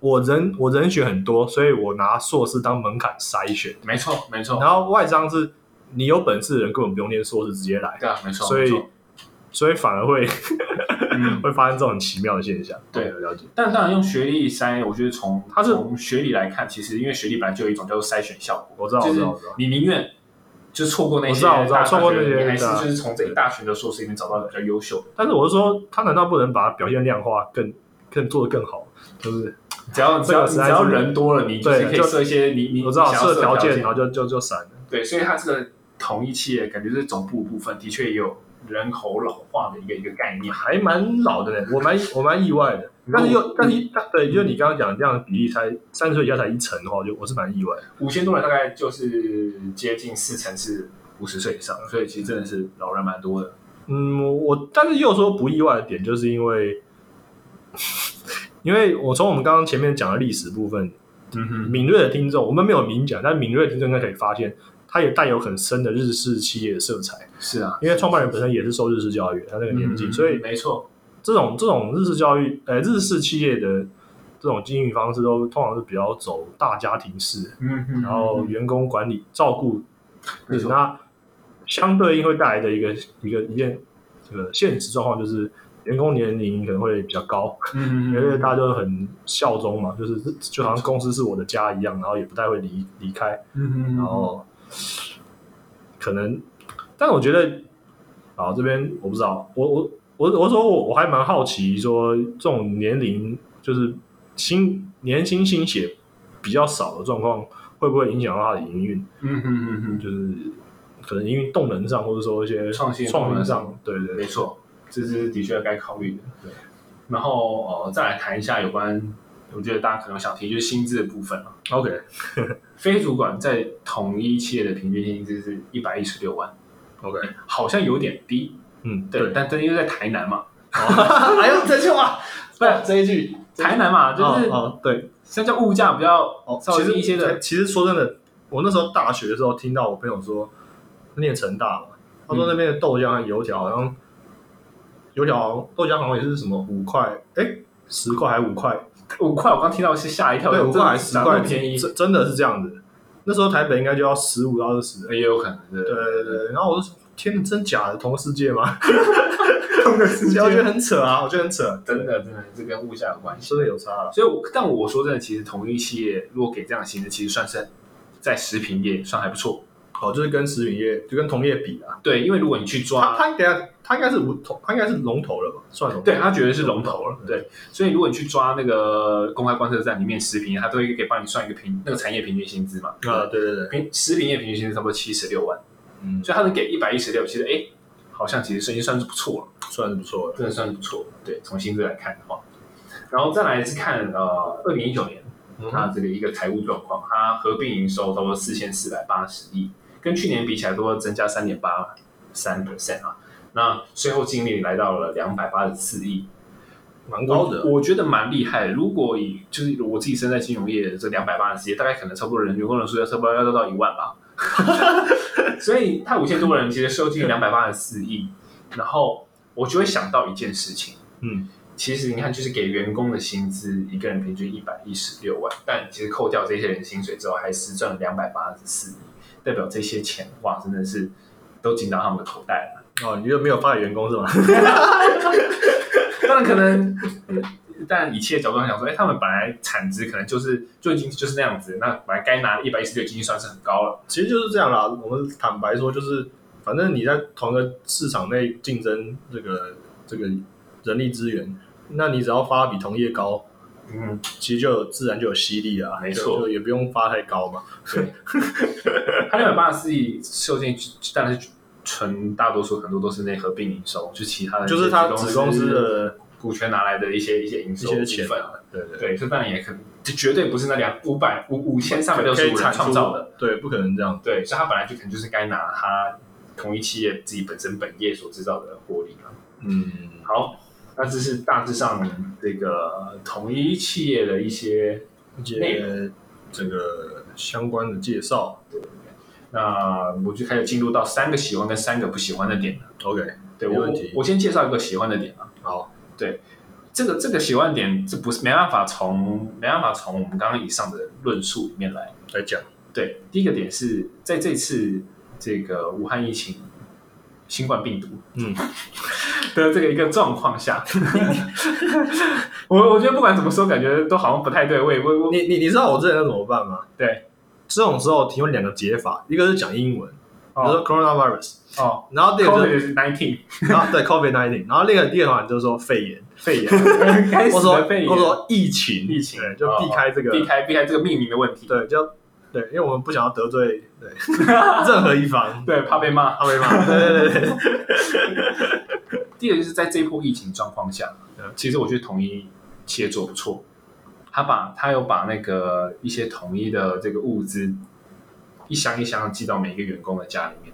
Speaker 1: 我人我人选很多，所以我拿硕士当门槛筛选，
Speaker 2: 没错没错，
Speaker 1: 然后外商是你有本事的人根本不用念硕士直接来，
Speaker 2: 对啊没错，
Speaker 1: 所以
Speaker 2: 没错
Speaker 1: 所以反而会
Speaker 2: 嗯，
Speaker 1: 会发生这种很奇妙的现象。
Speaker 2: 对
Speaker 1: 了解。
Speaker 2: 但当然用学历筛，我觉得从
Speaker 1: 它是
Speaker 2: 从学历来看，其实因为学历本来就有一种叫做筛选效果，
Speaker 1: 我知道
Speaker 2: 就
Speaker 1: 我知
Speaker 2: 是
Speaker 1: 道我知道
Speaker 2: 你宁愿就错过那
Speaker 1: 我
Speaker 2: 些
Speaker 1: 知道我知道
Speaker 2: 大
Speaker 1: 错过那些
Speaker 2: 大学你还是
Speaker 1: 对啊
Speaker 2: 就是从这一大群的硕士里面找到比较优秀的，
Speaker 1: 但是我是说，他难道不能把它表现量化更更做得更好？就是
Speaker 2: 只要只
Speaker 1: 这个
Speaker 2: 要
Speaker 1: 实
Speaker 2: 只
Speaker 1: 在是
Speaker 2: 要人多了，你就是
Speaker 1: 对
Speaker 2: 可以
Speaker 1: 就
Speaker 2: 设一些你你
Speaker 1: 我知道
Speaker 2: 你想要
Speaker 1: 设
Speaker 2: 设
Speaker 1: 条
Speaker 2: 件，
Speaker 1: 然后就就就散了。
Speaker 2: 对，所以它这个同一企业感觉是总部部分的确也有人口老化的一个一个概念，
Speaker 1: 还蛮老的呢，我蛮我蛮意外的。但是又但是但对，就你刚刚讲这样的比例才三十岁以下才一成的话，我就我是蛮意外的。
Speaker 2: 五千多人大概就是接近四成是五十岁以上，所以其实真的是老人蛮多的。
Speaker 1: 嗯，我但是又说不意外的点，就是因为 因为我从我们刚刚前面讲的历史部分，
Speaker 2: 嗯哼，
Speaker 1: 敏锐的听众，我们没有明讲，但敏锐的听众应该可以发现，它也带有很深的日式企业的色彩，
Speaker 2: 是啊，
Speaker 1: 因为创办人本身也是受日式教育，他那个年纪，
Speaker 2: 嗯
Speaker 1: 所以
Speaker 2: 没错，
Speaker 1: 这种这种日式教育，呃，日式企业的这种经营方式都通常是比较走大家庭式，
Speaker 2: 嗯哼，
Speaker 1: 然后员工管理照顾，
Speaker 2: 没错
Speaker 1: 那相对应会带来的一个一个一件这个现实状况就是。员工年龄可能会比较高，
Speaker 2: 嗯
Speaker 1: 因为大家都很效忠嘛，就是就好像公司是我的家一样，然后也不太会离离开。
Speaker 2: 嗯哼，
Speaker 1: 然后可能，但我觉得，啊，这边我不知道，我我我我说我我还蛮好奇说，这种年龄就是新年轻新血比较少的状况，会不会影响到他的营运？
Speaker 2: 嗯哼嗯哼，
Speaker 1: 就是可能营运动能上，或者说一些
Speaker 2: 创新
Speaker 1: 创
Speaker 2: 动
Speaker 1: 新
Speaker 2: 能
Speaker 1: 上，对对
Speaker 2: 没
Speaker 1: 对，
Speaker 2: 错，这是的确该考虑的。
Speaker 1: 对，
Speaker 2: 然后呃，再来谈一下有关，我觉得大家可能想提就是薪资的部分了。
Speaker 1: OK
Speaker 2: 非主管在统一企业的平均薪资是一百一十六万，
Speaker 1: OK，
Speaker 2: 好像有点低，
Speaker 1: 嗯，
Speaker 2: 对，但这因为在台南嘛，
Speaker 1: 还有这句话，
Speaker 2: 不是
Speaker 1: 哦这一句，
Speaker 2: 台南嘛，就是
Speaker 1: 哦哦对，
Speaker 2: 相较物价比较
Speaker 1: 哦，
Speaker 2: 稍微低一些的，
Speaker 1: 其实说真的，我那时候大学的时候听到我朋友说，念成大嘛，他说那边的豆浆和油条好像，油条好像豆浆好像也是什么五块，哎，十块还五块，
Speaker 2: 五块，我刚听到是吓一跳，
Speaker 1: 对，五
Speaker 2: 这
Speaker 1: 块还是十
Speaker 2: 哪那
Speaker 1: 块，
Speaker 2: 么便宜，
Speaker 1: 真真的是这样子。那时候台北应该就要十五到二十，
Speaker 2: 也有可能对
Speaker 1: 对对对。然后我就天哪，真假的，同个世界吗？
Speaker 2: 同个世
Speaker 1: 我觉得很扯啊，我觉得很扯，
Speaker 2: 真的真的，这跟物价有关系。
Speaker 1: 真的有差了。
Speaker 2: 所以我，但我说真的，其实同一企业如果给这样的薪资，其实算是在食品业算还不错。
Speaker 1: 哦，就是跟食品业，就跟同业比啊。
Speaker 2: 对，因为如果你去
Speaker 1: 他
Speaker 2: 抓，
Speaker 1: 他等下他应该是无头，他应该是龙头了吧？算龙头。
Speaker 2: 对他绝对是龙头了。对，所以如果你去抓那个公开观测站里面食品，它都会给帮你算一个平那个产业平均薪资嘛。
Speaker 1: 啊，对对对，
Speaker 2: 平食品业平均薪资差不多七十六万，
Speaker 1: 嗯，
Speaker 2: 所以他能给一百一十六，其实哎，好像其实已经算是不错了。
Speaker 1: 算是不错了。
Speaker 2: 真的算是不错。对，从薪资来看的话，然后再来是看呃，二零一九年它这个一个财务状况，它合并营收差不多四千四百八十亿，跟去年比起来多增加三点八三 percent 啊。那税后净利来到了两百八十四亿，
Speaker 1: 蛮高的
Speaker 2: 我我觉得蛮厉害的。如果以就是我自己身在金融业这两百八十四亿，大概可能差不多人员工人数要差不多要到一万吧。 所以他五千多人，其实收进两百八十四亿，然后我就会想到一件事情，
Speaker 1: 嗯，
Speaker 2: 其实你看，就是给员工的薪资，一个人平均一百一十六万，但其实扣掉这些人薪水之后，还实赚了两百八十四亿，代表这些钱哇，真的是都进到他们的口袋了。
Speaker 1: 哦，你又没有发给员工是吗？
Speaker 2: 当然可能， 嗯但以企业角度上想说，哎、他们本来产值可能就是就已经就是那样子，那本来该拿一百一十六已经算是很高了。
Speaker 1: 其实就是这样啦。我们坦白说，就是反正你在同一个市场内竞争这个这个人力资源，那你只要发比同业高，
Speaker 2: 嗯，
Speaker 1: 其实就有自然就有吸力啊。
Speaker 2: 没错
Speaker 1: 就就也不用发太高嘛。
Speaker 2: 对， 他两百八十四亿收进去，当然是纯大多数很多都是那合并营收，就其他的
Speaker 1: 就是他子公司的，
Speaker 2: 股权拿来的一些一些营收
Speaker 1: 一些钱
Speaker 2: 部分啊，
Speaker 1: 对对，
Speaker 2: 对，这当然也可能，这绝对不是那两五百五五千三百六
Speaker 1: 可
Speaker 2: 十
Speaker 1: 以
Speaker 2: 五人
Speaker 1: 产
Speaker 2: 创
Speaker 1: 出
Speaker 2: 造的，，
Speaker 1: 对，不可能这样。
Speaker 2: 对，所以他本来就可能就是该拿他同一企业自己本身本业所制造的获利嘛。
Speaker 1: 嗯，
Speaker 2: 好，那这是大致上这个同一企业的一些
Speaker 1: 一些这个相关的介绍。
Speaker 2: 那我就开始进入到三个喜欢跟三个不喜欢的点了。啊
Speaker 1: OK，
Speaker 2: 对
Speaker 1: 没
Speaker 2: 我
Speaker 1: 问题，
Speaker 2: 我先介绍一个喜欢的点啊。
Speaker 1: 好，
Speaker 2: 这个这个喜欢的点，这不是没办法从没办法从我们刚刚以上的论述里面来
Speaker 1: 来讲。
Speaker 2: 对，第一个点是在这次这个武汉疫情新冠病毒
Speaker 1: 嗯，
Speaker 2: 的这个一个状况下， 我我觉得不管怎么说，感觉都好像不太对味。我我
Speaker 1: 你你你知道我之前要怎么办吗？
Speaker 2: 对，
Speaker 1: 这种时候提供两个解法，一个是讲英文，比如
Speaker 2: 哦
Speaker 1: 说 coronavirus，
Speaker 2: 哦
Speaker 1: 然后第二个就是，
Speaker 2: ，COVID nineteen
Speaker 1: 然后对 covid nineteen，然后另一个第二款就是说肺炎，
Speaker 2: 肺炎， 开始
Speaker 1: 或者说
Speaker 2: 的肺炎，
Speaker 1: 或者说疫情，
Speaker 2: 疫情哦
Speaker 1: 对，就避开这个，
Speaker 2: 避开避开这个命名的问题，
Speaker 1: 对，就对，因为我们不想要得罪 对任何一方，
Speaker 2: 对，怕被骂。
Speaker 1: 他会骂，对对对对，
Speaker 2: 第二个就是在这一波疫情状况下呃
Speaker 1: 嗯，
Speaker 2: 其实我觉得统一企业做得不错，他把他有把那个一些统一的这个物资一箱一箱地寄到每一个员工的家里面，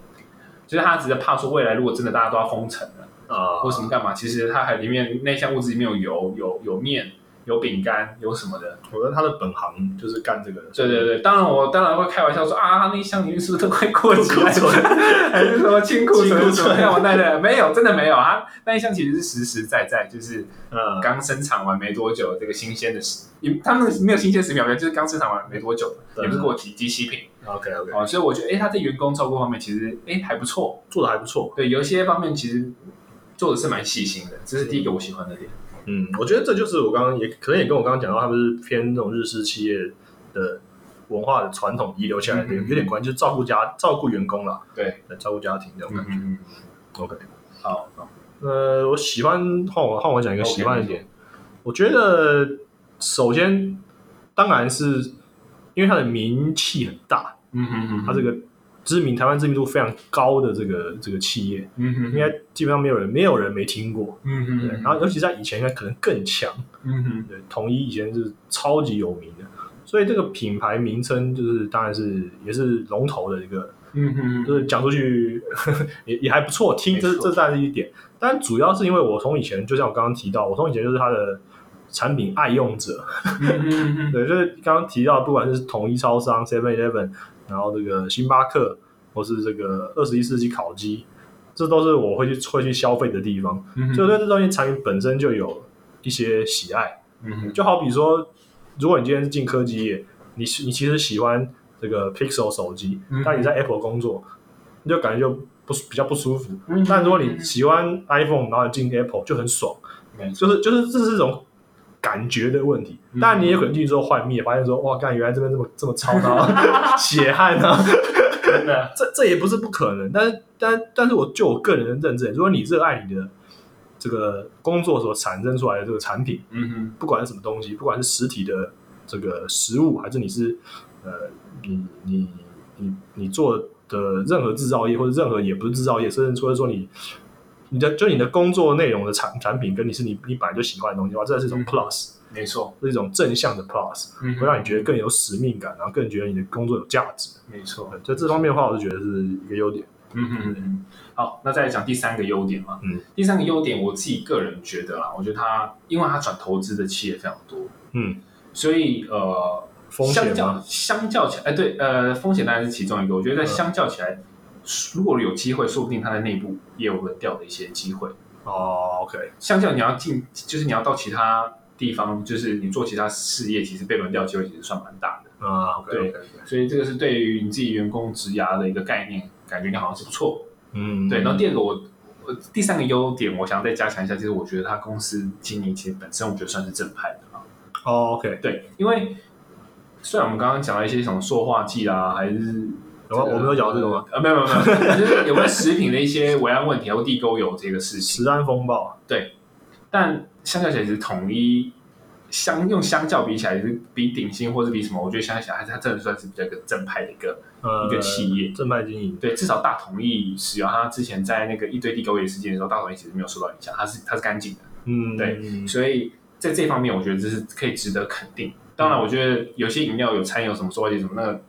Speaker 2: 就是他只是怕说未来如果真的大家都要封城了，
Speaker 1: 啊
Speaker 2: 或什么干嘛，其实他还里面那箱物资里面有油、有有面、有饼干、有什么的。
Speaker 1: 我觉得他的本行就是干这个的，
Speaker 2: 对对对，当然我当然会开玩笑说啊，他那一箱里面是不是都快过期了
Speaker 1: 库？存
Speaker 2: 还是什么清库
Speaker 1: 清
Speaker 2: 存
Speaker 1: 库存
Speaker 2: 什么样？对对，没有，真的没有。他那一箱其实是实实在在，就是呃
Speaker 1: 嗯，
Speaker 2: 刚生产完没多久，这个新鲜的食，也他们没有新鲜食品，就是刚生产完没多久，
Speaker 1: 对
Speaker 2: 也不是过期机器品
Speaker 1: OK OK，
Speaker 2: 哦，所以我觉得，哎，他在员工照顾方面其实哎还不错，
Speaker 1: 做的还不错，
Speaker 2: 对，有一些方面其实做的是蛮细心的，这是第一个我喜欢的点。
Speaker 1: 嗯，我觉得这就是我刚刚也可能也跟我刚刚讲到，他们是偏那种日式企业的文化的传统遗留下来的，
Speaker 2: 嗯嗯嗯
Speaker 1: 有点关系，就是照顾家照顾员工啦，
Speaker 2: 对，
Speaker 1: 照顾家庭这种感觉。
Speaker 2: 嗯，
Speaker 1: OK，
Speaker 2: 好，好
Speaker 1: 呃，我喜欢换我换我讲一个
Speaker 2: OK，
Speaker 1: 喜欢的点我觉得首先当然是因为它的名气很大，
Speaker 2: 嗯嗯嗯，
Speaker 1: 它这个知名台湾知名度非常高的这个这个企业，
Speaker 2: 嗯嗯，
Speaker 1: 应该基本上没有人没有人没听过。
Speaker 2: 嗯
Speaker 1: 对，
Speaker 2: 嗯，
Speaker 1: 然后尤其在以前，应该可能更强。
Speaker 2: 嗯嗯
Speaker 1: 对，统一以前是超级有名的，所以这个品牌名称就是当然是也是龙头的一个，
Speaker 2: 嗯嗯
Speaker 1: 就是讲出去 也也还不错听，这
Speaker 2: 没错
Speaker 1: 这算是一点。但主要是因为我从以前，就像我刚刚提到，我从以前就是它的产品爱用者，
Speaker 2: 嗯嗯
Speaker 1: 对，就是刚刚提到，不管是统一超商、Seven Eleven，然后这个星巴克，或是这个二十一世纪烤鸡，这都是我会去会去消费的地方，
Speaker 2: 嗯，
Speaker 1: 所以我对这东西产品本身就有一些喜爱。
Speaker 2: 嗯
Speaker 1: 就好比说，如果你今天是进科技业，你你其实喜欢这个 Pixel 手机
Speaker 2: 嗯，
Speaker 1: 但你在 Apple 工作，你就感觉就不不比较不舒服。
Speaker 2: 嗯
Speaker 1: 但如果你喜欢 iPhone，然后你进 Apple 就很爽
Speaker 2: 没，
Speaker 1: 就是就是这是一种感觉的问题。
Speaker 2: 嗯
Speaker 1: 当然你也可能进去之后换密，发现说哇，干原来这边这么这么糙啊， 血汗啊，
Speaker 2: 真的，啊
Speaker 1: 这这也不是不可能。但是但但是我就我个人的认证，如果你热爱你的这个工作所产生出来的这个产品，
Speaker 2: 嗯
Speaker 1: 不管是什么东西，不管是实体的这个实物，还是你是呃你你你你做的任何制造业，或者任何也不是制造业，甚至或者说你你的就你的工作内容的产产品，跟你是你你本来就喜欢的东西的话，这是一种
Speaker 2: 嗯
Speaker 1: plus，、
Speaker 2: 哼，没错，
Speaker 1: 是一种正向的 plus，
Speaker 2: 嗯
Speaker 1: 会让你觉得更有使命感，然后更觉得你的工作有价值。
Speaker 2: 没错
Speaker 1: 对，在这方面的话，我是觉得是一个优点。
Speaker 2: 嗯哼嗯，好，那再来讲第三个优点嘛。
Speaker 1: 嗯，
Speaker 2: 第三个优点，我自己个人觉得啦，我觉得它，因为它转投资的企业非常多，
Speaker 1: 嗯，
Speaker 2: 所以呃，
Speaker 1: 风
Speaker 2: 相
Speaker 1: 险
Speaker 2: 较
Speaker 1: 吗？
Speaker 2: 相较起来，哎，对，呃，风险当然是其中一个。我觉得在
Speaker 1: 嗯
Speaker 2: 相较起来，如果有机会，说不定它的内部也有轮调的一些机会。
Speaker 1: 哦，OK，
Speaker 2: 相较你要进，就是你要到其他地方，就是你做其他事业，其实被轮调机会其实算蛮大的。
Speaker 1: 啊，OK，
Speaker 2: 所以这个是对于你自己员工职涯的一个概念，感觉应该好像是不错。
Speaker 1: 嗯，
Speaker 2: 对，然后第二个我我第三个优点，我想要再加强一下，就是我觉得他公司经营其实本身我觉得算是正派的啊。
Speaker 1: 哦，OK，
Speaker 2: 对，因为虽然我们刚刚讲了一些什么塑化剂啊，还是、
Speaker 1: 有吗？我们有讲到这个吗？？
Speaker 2: 呃，没有没有没有，就是有关食品的一些维安问题，还啊有地沟油这个事情。
Speaker 1: 食安风暴，啊
Speaker 2: 但相较起来，其实统一相用相较比起来，就是比顶薪或是比什么，我觉得相较起来，还是它真的算是比较一个正派的一个
Speaker 1: 呃，
Speaker 2: 一个企业
Speaker 1: 正派经营。
Speaker 2: 对，至少大同意石油，他之前在那个一堆地沟油事件的时候，大同意其实没有受到影响，它是它是干净的，
Speaker 1: 嗯，
Speaker 2: 对，所以在这方面，我觉得这是可以值得肯定。当
Speaker 1: 嗯
Speaker 2: 然，我觉得有些饮料有掺有什么说法，什么那个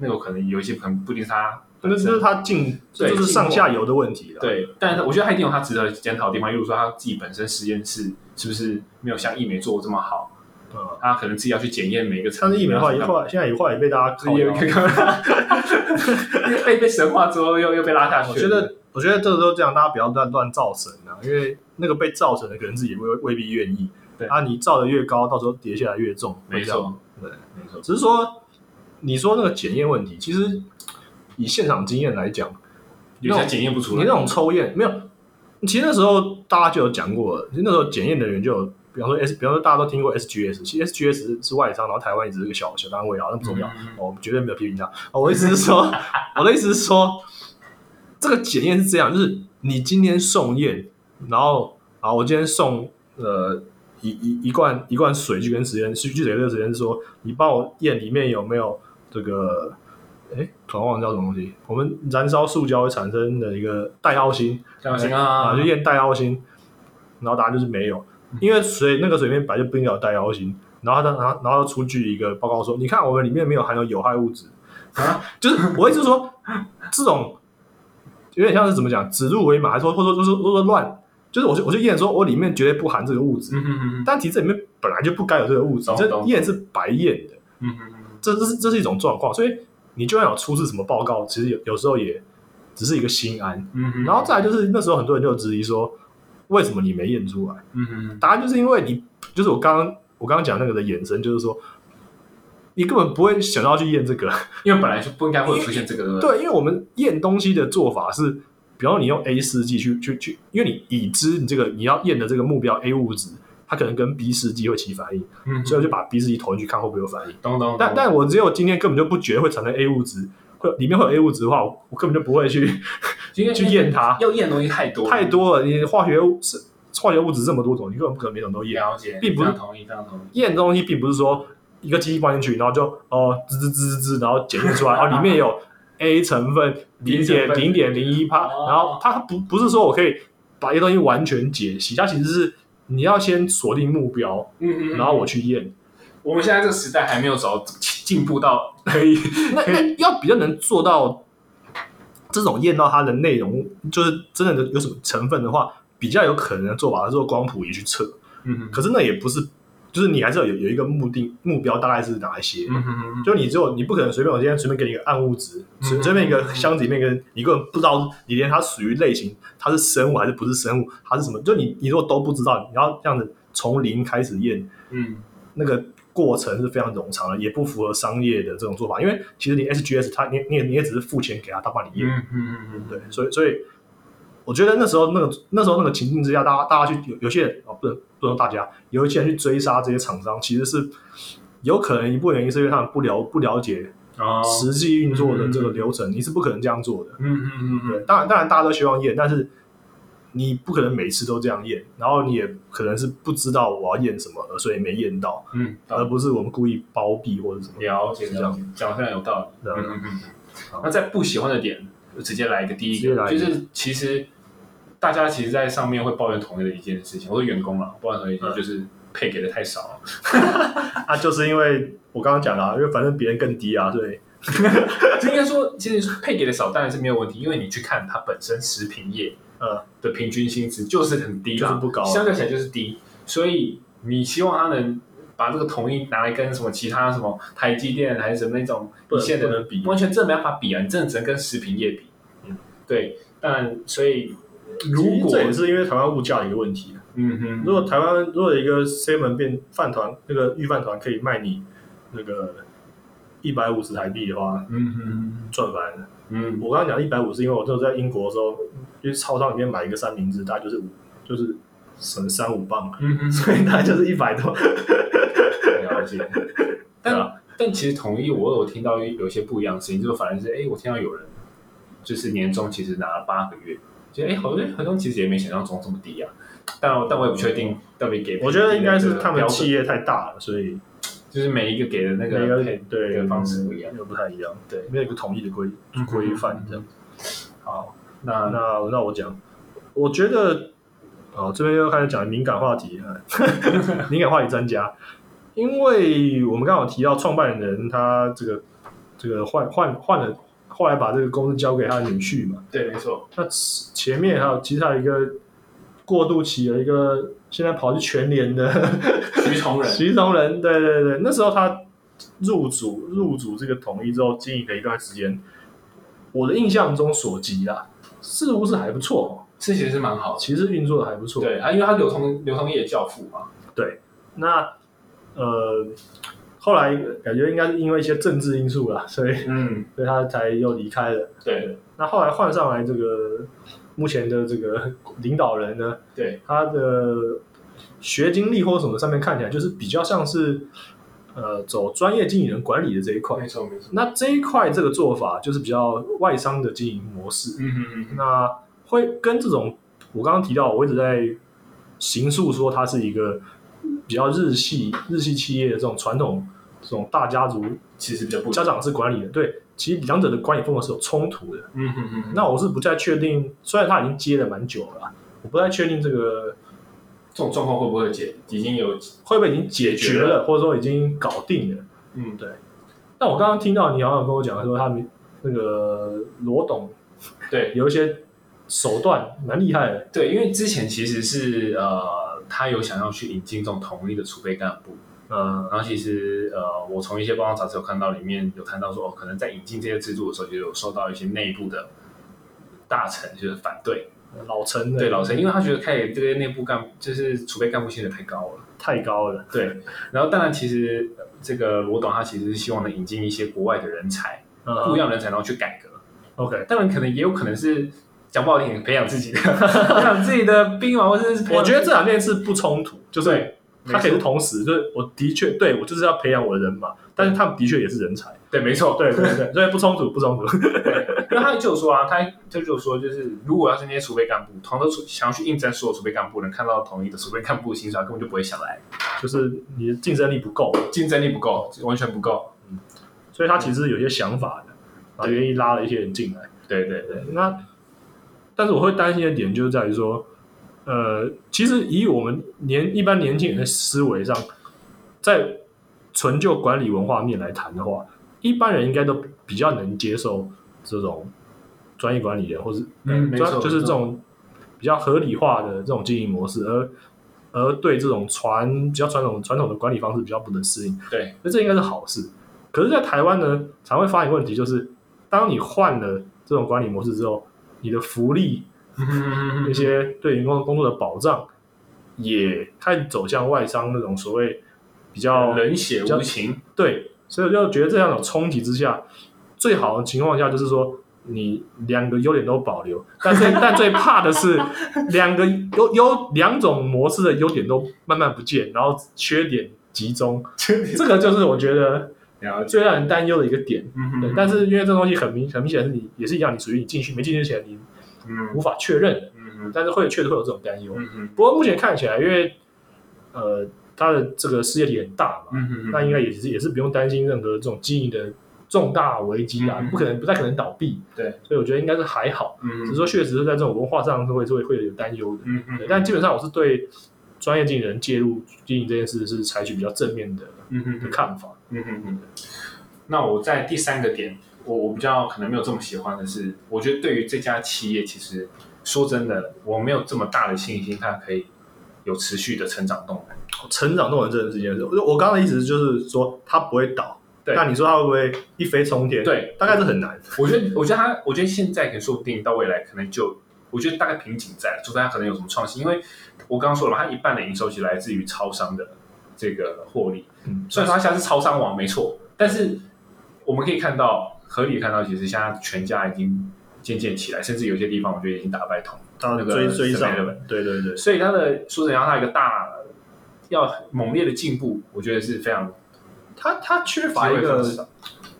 Speaker 2: 那个可能有一些可能不一定是它
Speaker 1: 那
Speaker 2: 本
Speaker 1: 这
Speaker 2: 身
Speaker 1: 是它进，这
Speaker 2: 对
Speaker 1: 就是上下游的问题了。，
Speaker 2: 对，但是我觉得它一定有它值得检讨的地方，例如说它自己本身实验室是不是没有像易美做的这么好，
Speaker 1: 嗯，
Speaker 2: 它可能自己要去检验每一个产
Speaker 1: 但是
Speaker 2: 品。
Speaker 1: 疫苗
Speaker 2: 然后
Speaker 1: 话，
Speaker 2: 怎么样
Speaker 1: 后来现在也后来也被大家
Speaker 2: 所
Speaker 1: 靠
Speaker 2: 以有
Speaker 1: 腰
Speaker 2: 一。 个被被神化之后又又被拉下去了。
Speaker 1: 我觉得，我觉得这个都这样，大家不要乱乱造神啊，因为那个被造成的可能自己未未必愿意。
Speaker 2: 对
Speaker 1: 啊，你造的越高，到时候跌下来越重。
Speaker 2: 没
Speaker 1: 会这样
Speaker 2: 错，
Speaker 1: 对，
Speaker 2: 没错，
Speaker 1: 只是说你说那个检验问题，其实以现场经验来讲，
Speaker 2: 有些检验不出
Speaker 1: 你
Speaker 2: 来。
Speaker 1: 那种抽验没有，其实那时候大家就有讲过了，其实那时候检验人员就有，比方说 S，比方说大家都听过 SGS，其实 SGS 是外商，然后台湾也只是个小小单位啊，那不重要，
Speaker 2: 嗯
Speaker 1: 哦我们绝对没有批评他。哦我的意思是说，我的意思是说，这个检验是这样，就是你今天送验，然后啊，我今天送呃一一一罐一罐水去跟实验室去给这个实验室说，你帮我验里面有没有这个。哎，突然忘了叫什么东西。我们燃烧塑胶会产生的一个代号星，
Speaker 2: 小心
Speaker 1: 啊，
Speaker 2: 啊，嗯
Speaker 1: 就验带腰星，然后答案就是没有，因为水那个水里面本来就不应该有带腰星，然后他然后然后出具一个报告说，你看我们里面没有含有有害物质，
Speaker 2: 啊，
Speaker 1: 就是我意思是说这种有点像是怎么讲，指鹿为马，还是说或者说说说乱，就是我就我就验说我里面绝对不含这个物质，
Speaker 2: 嗯哼哼
Speaker 1: 但其实这里面本来就不该有这个物质，
Speaker 2: 懂
Speaker 1: 这
Speaker 2: 懂
Speaker 1: 验是白验的，
Speaker 2: 嗯哼哼，
Speaker 1: 这这是这是一种状况，所以你就算有出示什么报告，其实有有时候也只是一个心安。
Speaker 2: 嗯哼
Speaker 1: 然后再来就是那时候很多人就质疑说，为什么你没验出来？
Speaker 2: 嗯哼，
Speaker 1: 答案就是因为你就是我刚刚我刚刚讲那个的衍生，就是说你根本不会想到去验这个。
Speaker 2: 因为本来就不应该会有出现这个，对不对？
Speaker 1: 对，因为我们验东西的做法是，比方你用 A 试剂去去去，因为你已知你这个你要验的这个目标 A 物质，它可能跟 B 试剂会起反应，
Speaker 2: 嗯，
Speaker 1: 所以我就把 B 试剂投进去看会不会有反应。
Speaker 2: 懂懂，
Speaker 1: 但但我只有今天根本就不觉得会产生 A 物质，会里面会有 A 物质的话，我我根本就不会去
Speaker 2: 因为
Speaker 1: 去验它。
Speaker 2: 要验的东西太多
Speaker 1: 太，多了，你化学物是化学物质这么多种，你根本不可能每种都验。
Speaker 2: 了解，
Speaker 1: 并不是
Speaker 2: 非常同意，非常同意，
Speaker 1: 验东西并不是说一个机器放进去，然后就哦滋滋滋滋滋，然后检验出来，哦里面有 A 成分零
Speaker 2: B
Speaker 1: 点
Speaker 2: 成分
Speaker 1: 零点零一帕，
Speaker 2: 哦
Speaker 1: 然后它不不是说我可以把一个东西完全解析，它其实是你要先锁定目标，
Speaker 2: 嗯
Speaker 1: 然后我去验。
Speaker 2: 我们现在这个时代还没有走到进步到可以，
Speaker 1: 那那要比较能做到这种验到它的内容，就是真的有什么成分的话，比较有可能的做法是做光谱仪去测。
Speaker 2: 嗯
Speaker 1: 可是那也不是，就是你还是要有有一个目的目标，大概是哪一些？
Speaker 2: 嗯哼，
Speaker 1: 就你只有你不可能随便我今天随便给你一个暗物质，随
Speaker 2: 嗯
Speaker 1: 随便一个箱子里面一个，你根本不知道你连它属于类型，它是生物还是不是生物，它是什么？就你你如果都不知道，你要这样子从零开始验，
Speaker 2: 嗯
Speaker 1: 那个过程是非常冗长的，也不符合商业的这种做法。因为其实你 SGS 它你你也你也只是付钱给他，他帮你验，
Speaker 2: 嗯嗯嗯
Speaker 1: 对，所以所以我觉得那时候那个那时候那个情境之下，大家大家去有有些人哦，不能不能说大家，有一些人去追杀这些厂商，其实是有可能一部分原因是因为他们不了不了解
Speaker 2: 嗯，哦，
Speaker 1: 实际运作的这个流程，你是不可能这样做的。
Speaker 2: 嗯嗯嗯
Speaker 1: 对，
Speaker 2: 嗯，
Speaker 1: 当然当然大家都希望验，但是你不可能每次都这样验，然后你也可能是不知道我要验什么，所以没验到，
Speaker 2: 嗯，
Speaker 1: 而不是我们故意包庇或者什么。
Speaker 2: 了解
Speaker 1: 是这样
Speaker 2: 了解，讲的非常有道理。
Speaker 1: 对
Speaker 2: 嗯嗯嗯
Speaker 1: 好。
Speaker 2: 那在不喜欢的点，就直接来一个第一
Speaker 1: 直接
Speaker 2: 个，
Speaker 1: 来
Speaker 2: 就
Speaker 1: 一个
Speaker 2: 是其实大家其实，在上面会抱怨同一的一件事情，我说员工啊，抱怨同一件事
Speaker 1: 嗯
Speaker 2: 就是配给的太少了，
Speaker 1: 啊，就是因为我刚刚讲了、啊，因为反正别人更低啊，所以
Speaker 2: 就应该说，其实配给的少当然是没有问题，因为你去看它本身食品业
Speaker 1: 呃，
Speaker 2: 的平均薪资就是很低啦，
Speaker 1: 就是不高啊
Speaker 2: 相对起来就是低，所以你希望它能把这个统一拿来跟什么其他什么台积电还是什么那种
Speaker 1: 不
Speaker 2: 一
Speaker 1: 能
Speaker 2: 线的
Speaker 1: 不能比
Speaker 2: 完全真的没办法比啊，你真的只能跟食品业比。
Speaker 1: 嗯，
Speaker 2: 对，但所以如
Speaker 1: 其实
Speaker 2: 果
Speaker 1: 这也是因为台湾物价的一个问题。啊
Speaker 2: 嗯哼，
Speaker 1: 如果台湾如果有一个 seven 变饭团，那个预饭团可以卖你那个一百五十台币的话，
Speaker 2: 嗯哼
Speaker 1: 赚翻了。
Speaker 2: 嗯
Speaker 1: 我刚刚讲一百五是因为我那时候在英国的时候，去超商里面买一个三明治，大概就是五就是省三五磅，
Speaker 2: 嗯哼，
Speaker 1: 所以大概就是一百多。
Speaker 2: 了解。但啊但其实同意，我有听到有一些不一样的事情，就是反而是哎，我听到有人就是年终其实拿了八个月，就哎，好像好像其实也没想象中这么低啊。但但我也不确定到底给
Speaker 1: 我觉得应该是
Speaker 2: 的
Speaker 1: 他们
Speaker 2: 标准
Speaker 1: 企业太大了，所以
Speaker 2: 就是每一个给的那
Speaker 1: 每
Speaker 2: 个
Speaker 1: 个
Speaker 2: 配
Speaker 1: 对
Speaker 2: 配的方式不一样。
Speaker 1: 又不太一样，
Speaker 2: 对
Speaker 1: 没有一个统一的规
Speaker 2: 嗯
Speaker 1: 规范这样。
Speaker 2: 好，那
Speaker 1: 那那我讲，我觉得，哦，这边又开始讲敏感话题，哎 敏感话题专家，因为我们刚好提到创办人他这个这个换换换了，后来把这个公司交给他的女婿嘛，
Speaker 2: 对，没错，
Speaker 1: 那前面还有其实还有一个过渡期的一个，现在跑去全联的
Speaker 2: 徐崇仁，
Speaker 1: 徐同仁，对对对，那时候他入主入主这个统一之后，经营了一段时间，我的印象中所及啦，似乎是还不错，哦
Speaker 2: 这其实是蛮好的。
Speaker 1: 其实运作的还不错。
Speaker 2: 对，啊，因为他流通流通业教父嘛，
Speaker 1: 那呃，后来感觉应该是因为一些政治因素啦， 所以
Speaker 2: 嗯，
Speaker 1: 所以他才又离开了。
Speaker 2: 对
Speaker 1: 那后来换上来这个目前的这个领导人呢，
Speaker 2: 对，
Speaker 1: 他的学经历或什么上面看起来就是比较像是呃走专业经理人管理的这一块。
Speaker 2: 没错没错，
Speaker 1: 那这一块这个做法就是比较外商的经营模式，
Speaker 2: 嗯嗯嗯，
Speaker 1: 那会跟这种我刚刚提到，我一直在形塑说它是一个比较日系日系企业的这种传统这种大家族
Speaker 2: 其实比较不一
Speaker 1: 家
Speaker 2: 样，
Speaker 1: 长式管理的，对，其实两者的管理风格是有冲突的。
Speaker 2: 嗯嗯嗯，
Speaker 1: 那我是不太确定，虽然他已经接了蛮久了啦，我不太确定这个
Speaker 2: 这种状况会不会解已经有，
Speaker 1: 会不会已经解决
Speaker 2: 解决
Speaker 1: 了，或者说已经搞定了？
Speaker 2: 嗯
Speaker 1: 但我刚刚听到你好像有跟我讲说，他们那个罗董
Speaker 2: 对
Speaker 1: 有一些手段蛮厉害的，
Speaker 2: 对，因为之前其实是呃，他有想要去引进这种统一的储备干部，
Speaker 1: 呃，
Speaker 2: 然后其实呃，我从一些报章杂志有看到，里面有谈到说，哦，可能在引进这些制度的时候，就有受到一些内部的大臣就是反对，
Speaker 1: 老陈的
Speaker 2: 对老陈，因为他觉得开给这些内部干就是储备干部薪水太高了。
Speaker 1: 太高了，
Speaker 2: 对，然后当然，其实呃这个罗董他其实是希望能引进一些国外的人才，
Speaker 1: 嗯
Speaker 2: 不一样的人才，然后去改革。
Speaker 1: ，OK，
Speaker 2: 当然，可能也有可能是讲不好听，培养自己的， 培养自己的兵王，或者是培养
Speaker 1: 我觉得这两件事不冲突，就是
Speaker 2: 对，
Speaker 1: 他可以
Speaker 2: 没
Speaker 1: 是
Speaker 2: 错
Speaker 1: 同时，就是我的确对我就是要培养我的人嘛，但是他们的确也是人才，
Speaker 2: 对，没错，
Speaker 1: 对对 对，所以不冲突不冲突，
Speaker 2: 因为他就说啊，他就就说，就是如果要是那些储备干部，同都储想要去应征所有储备干部，能看到统一的储备干部薪水，他根本就不会想来，
Speaker 1: 就是你的竞争力不够，
Speaker 2: 竞争力不够，完全不够。
Speaker 1: 所以他其实有些想法的，然后愿意拉了一些人进来。
Speaker 2: 对对对，
Speaker 1: 那但是我会担心的点就是在于说，呃，其实以我们年一般年轻人的思维上，在纯就管理文化面来谈的话，一般人应该都比较能接受这种专业管理人，或是呃
Speaker 2: 嗯没
Speaker 1: 专
Speaker 2: 错
Speaker 1: 就是这种比较合理化的这种经营模式，而而对这种传比较传统传统的管理方式比较不能适应。
Speaker 2: 对，
Speaker 1: 那这应该是好事。可是，在台湾呢，常会发现一个问题，就是当你换了这种管理模式之后，你的福利、那些对员工工作的保障，也开始走向外商那种所谓比较
Speaker 2: 冷血
Speaker 1: 比较
Speaker 2: 无情，
Speaker 1: 对，所以我就觉得这样有冲击之下，最好的情况下就是说你两个优点都保留，但最但最怕的是两个优优两种模式的优点都慢慢不见，然后缺点集中，这个就是我觉得
Speaker 2: 了解。
Speaker 1: 最让人担忧的一个点。
Speaker 2: 嗯
Speaker 1: 对
Speaker 2: 哼，
Speaker 1: 但是因为这东西很明很明显是你也是一样，你属于你进去没进去前你
Speaker 2: 嗯
Speaker 1: 无法确认的，
Speaker 2: 嗯哼
Speaker 1: 但是会确实会有这种担忧。
Speaker 2: 嗯哼
Speaker 1: 不过目前看起来，因为呃它的这个世界体很大嘛，
Speaker 2: 嗯哼，
Speaker 1: 那应该也是也是不用担心任何这种经营的重大危机啦，
Speaker 2: 嗯
Speaker 1: 不可能不太可能倒闭。
Speaker 2: 对，
Speaker 1: 所以我觉得应该是还好，
Speaker 2: 嗯
Speaker 1: 只
Speaker 2: 哼
Speaker 1: 是说确实是在这种文化上是会是会会有担忧的。
Speaker 2: 嗯哼
Speaker 1: 对，但基本上我是对专业经理人介入经营这件事是采取比较正面的
Speaker 2: 嗯哼
Speaker 1: 的看法。
Speaker 2: 嗯哼哼。那我在第三个点，我我比较可能没有这么喜欢的是，我觉得对于这家企业，其实说真的，我没有这么大的信心，它可以有持续的成长动能。
Speaker 1: 哦成长动能这件事，我我刚刚的意思就是说它不会倒，
Speaker 2: 对
Speaker 1: 那你说它会不会一飞冲天？，
Speaker 2: 对，
Speaker 1: 大概是很难。
Speaker 2: 我觉得，我觉得他，我觉得现在可能说不定到未来可能就，我觉得大概瓶颈在，除非他可能有什么创新，因为我刚刚说了嘛，他一半的营收其实来自于超商的这个获利，
Speaker 1: 嗯
Speaker 2: 虽然说它现在是超商网没错，但是我们可以看到，合理地看到，其实现在全家已经渐渐起来，甚至有些地方我觉得已经打败同。
Speaker 1: 它
Speaker 2: 那个
Speaker 1: 追追上
Speaker 2: 7-Eleven，
Speaker 1: 对对对，
Speaker 2: 所以它的说真的，它一个大要猛烈的进步，我觉得是非常
Speaker 1: 它它缺
Speaker 2: 机
Speaker 1: 乏一
Speaker 2: 会
Speaker 1: 个
Speaker 2: 很少。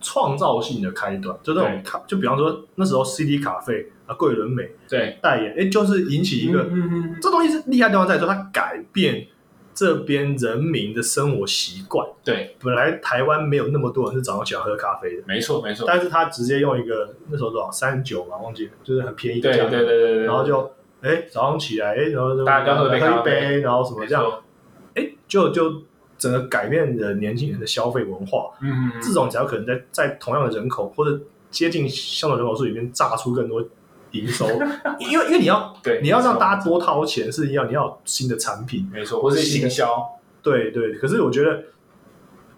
Speaker 1: 创造性的开端，就那种
Speaker 2: 对
Speaker 1: 咖，就比方说那时候 CD 咖啡啊，桂纶镁
Speaker 2: 对
Speaker 1: 代言，哎，就是引起一个、
Speaker 2: 嗯嗯嗯
Speaker 1: 这东西是厉害的地方在于说它改变这边人民的生活习惯。
Speaker 2: 对，
Speaker 1: 本来台湾没有那么多人是早上起来喝咖啡的，
Speaker 2: 没错没错，
Speaker 1: 但是他直接用一个那时候多少三九嘛，忘记了，就是很便宜的
Speaker 2: 对
Speaker 1: 价
Speaker 2: 对
Speaker 1: 格，
Speaker 2: 对对对对，
Speaker 1: 然后就哎早上起来哎，然后就
Speaker 2: 大家喝杯
Speaker 1: 喝
Speaker 2: 咖
Speaker 1: 一
Speaker 2: 啡
Speaker 1: 杯，然后什么
Speaker 2: 没
Speaker 1: 这样，
Speaker 2: 错，
Speaker 1: 哎，就就整个改变了年轻人的消费文化。
Speaker 2: 嗯嗯
Speaker 1: 这种只要可能在在同样的人口或者接近相同人口数里面榨出更多营 收，因为因为你要
Speaker 2: 对，
Speaker 1: 你要让大
Speaker 2: 家
Speaker 1: 家多掏钱是一样，你要有新的产品，
Speaker 2: 没错，或是行销，
Speaker 1: 对对。可是我觉得，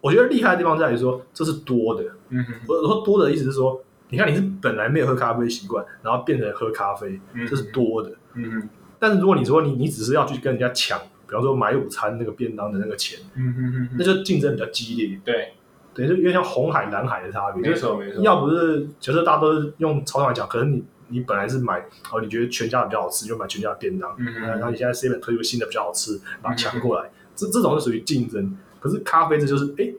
Speaker 1: 我觉得厉害的地方在于说这是多的，
Speaker 2: 嗯嗯
Speaker 1: 我我说多的意思是说，你看你是本来没有喝咖啡习惯，然后变成喝咖啡，
Speaker 2: 嗯
Speaker 1: 这是多的。
Speaker 2: 嗯
Speaker 1: 但是如果你说你你只是要去跟人家抢，比方说买午餐那个便当的那个钱，
Speaker 2: 嗯嗯
Speaker 1: 那
Speaker 2: 嗯，
Speaker 1: 就竞争比较激烈，
Speaker 2: 对，
Speaker 1: 等于就有点像红海蓝海的差别，
Speaker 2: 没
Speaker 1: 就是
Speaker 2: 错没错，
Speaker 1: 要不是假设大家都是用超商来讲，可能你你本来是买哦，你觉得全家比较好吃，你就买全家的便当，
Speaker 2: 嗯嗯
Speaker 1: 然后
Speaker 2: 嗯
Speaker 1: 你现在 seven 推出个新的比较好吃，把它抢过来，这这种是属于竞争。可是咖啡这就是哎、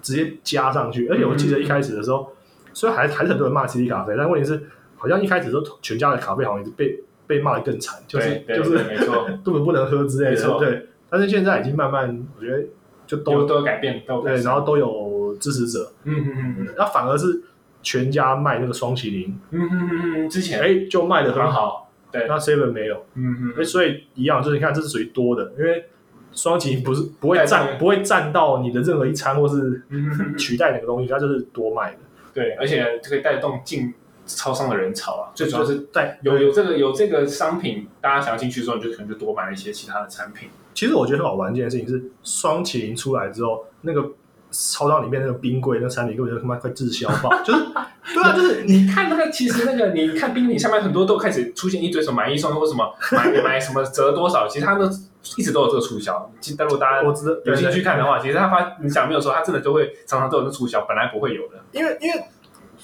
Speaker 1: 直接加上去，而且我记
Speaker 2: 嗯
Speaker 1: 得一开始的时候，虽然还还是很多人骂 CD 咖啡，但问题是好像一开始都全家的咖啡好像也是被被骂的更惨，就是
Speaker 2: 对对
Speaker 1: 就是
Speaker 2: 对没错，
Speaker 1: 根本不能喝之类
Speaker 2: 没
Speaker 1: 的，
Speaker 2: 错
Speaker 1: 对。但是现在已经慢慢，我觉得就
Speaker 2: 都
Speaker 1: 都
Speaker 2: 都有改变，都有改
Speaker 1: 对，
Speaker 2: 变
Speaker 1: 然后都有支持者，
Speaker 2: 嗯嗯嗯
Speaker 1: 那反而是全家卖那个双麒麟，
Speaker 2: 嗯嗯嗯嗯，之前
Speaker 1: 哎，就卖的很
Speaker 2: 很
Speaker 1: 好。
Speaker 2: 好，对，
Speaker 1: 那 seven 没有，
Speaker 2: 嗯
Speaker 1: 哎，
Speaker 2: 嗯，
Speaker 1: 所以一样，就是你看这是属于多的，因为双麒麟不是不会
Speaker 2: 对
Speaker 1: 占
Speaker 2: 对
Speaker 1: 不会占到你的任何一餐，或是
Speaker 2: 嗯嗯嗯
Speaker 1: 取代哪个东西，它就是多卖的。
Speaker 2: 对，而且这可以带动进超商的人潮啊。最主要是
Speaker 1: 在
Speaker 2: 有有这个有这个商品，大家想要进去之后，你就可能就多买一些其他的产品。
Speaker 1: 其实我觉得很好玩一件事情是，双麒麟出来之后，那个超商里面那个冰柜那产品根本就他妈快滞销爆，就是对啊，就是你
Speaker 2: 你看那个，其实那个你看冰品上面很多都开始出现一堆什么买一送一或什么买买什么折多少，其实它都一直都有这个促销。其实如果大家
Speaker 1: 我知道
Speaker 2: 有兴趣看的话，其实它发你想没有说，它真的就会常常都有那促销，本来不会有的。
Speaker 1: 因为因为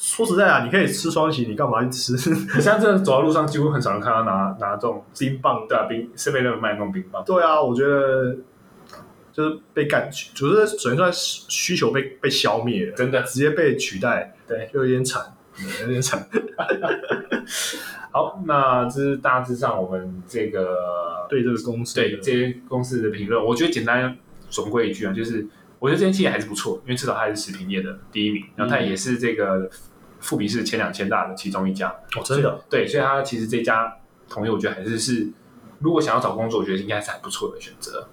Speaker 1: 说实在啊，你可以吃双麒麟，你干嘛去吃
Speaker 2: 你现在真的走到路上，几乎很少人看到拿拿这种
Speaker 1: 冰棒
Speaker 2: 对啊冰，是被那种卖那种冰棒。
Speaker 1: 对啊，我觉得就是被干，就是只能算需求被被消灭了，
Speaker 2: 真的
Speaker 1: 直接被取代，
Speaker 2: 对，
Speaker 1: 就有点惨，对有点 惨。
Speaker 2: 好，那这是大致上我们这个
Speaker 1: 对这个公司，
Speaker 2: 对这些公司的评论，我觉得简单总归一句啊，就是我觉得这间企业还是不错，因为至少它还是食品业的第一名，然后它也是这个富比士前两千大的其中一家，
Speaker 1: 哦，真的，
Speaker 2: 对，所以它其实这家同业，我觉得还是是如果想要找工作，我觉得应该是还不错的选择。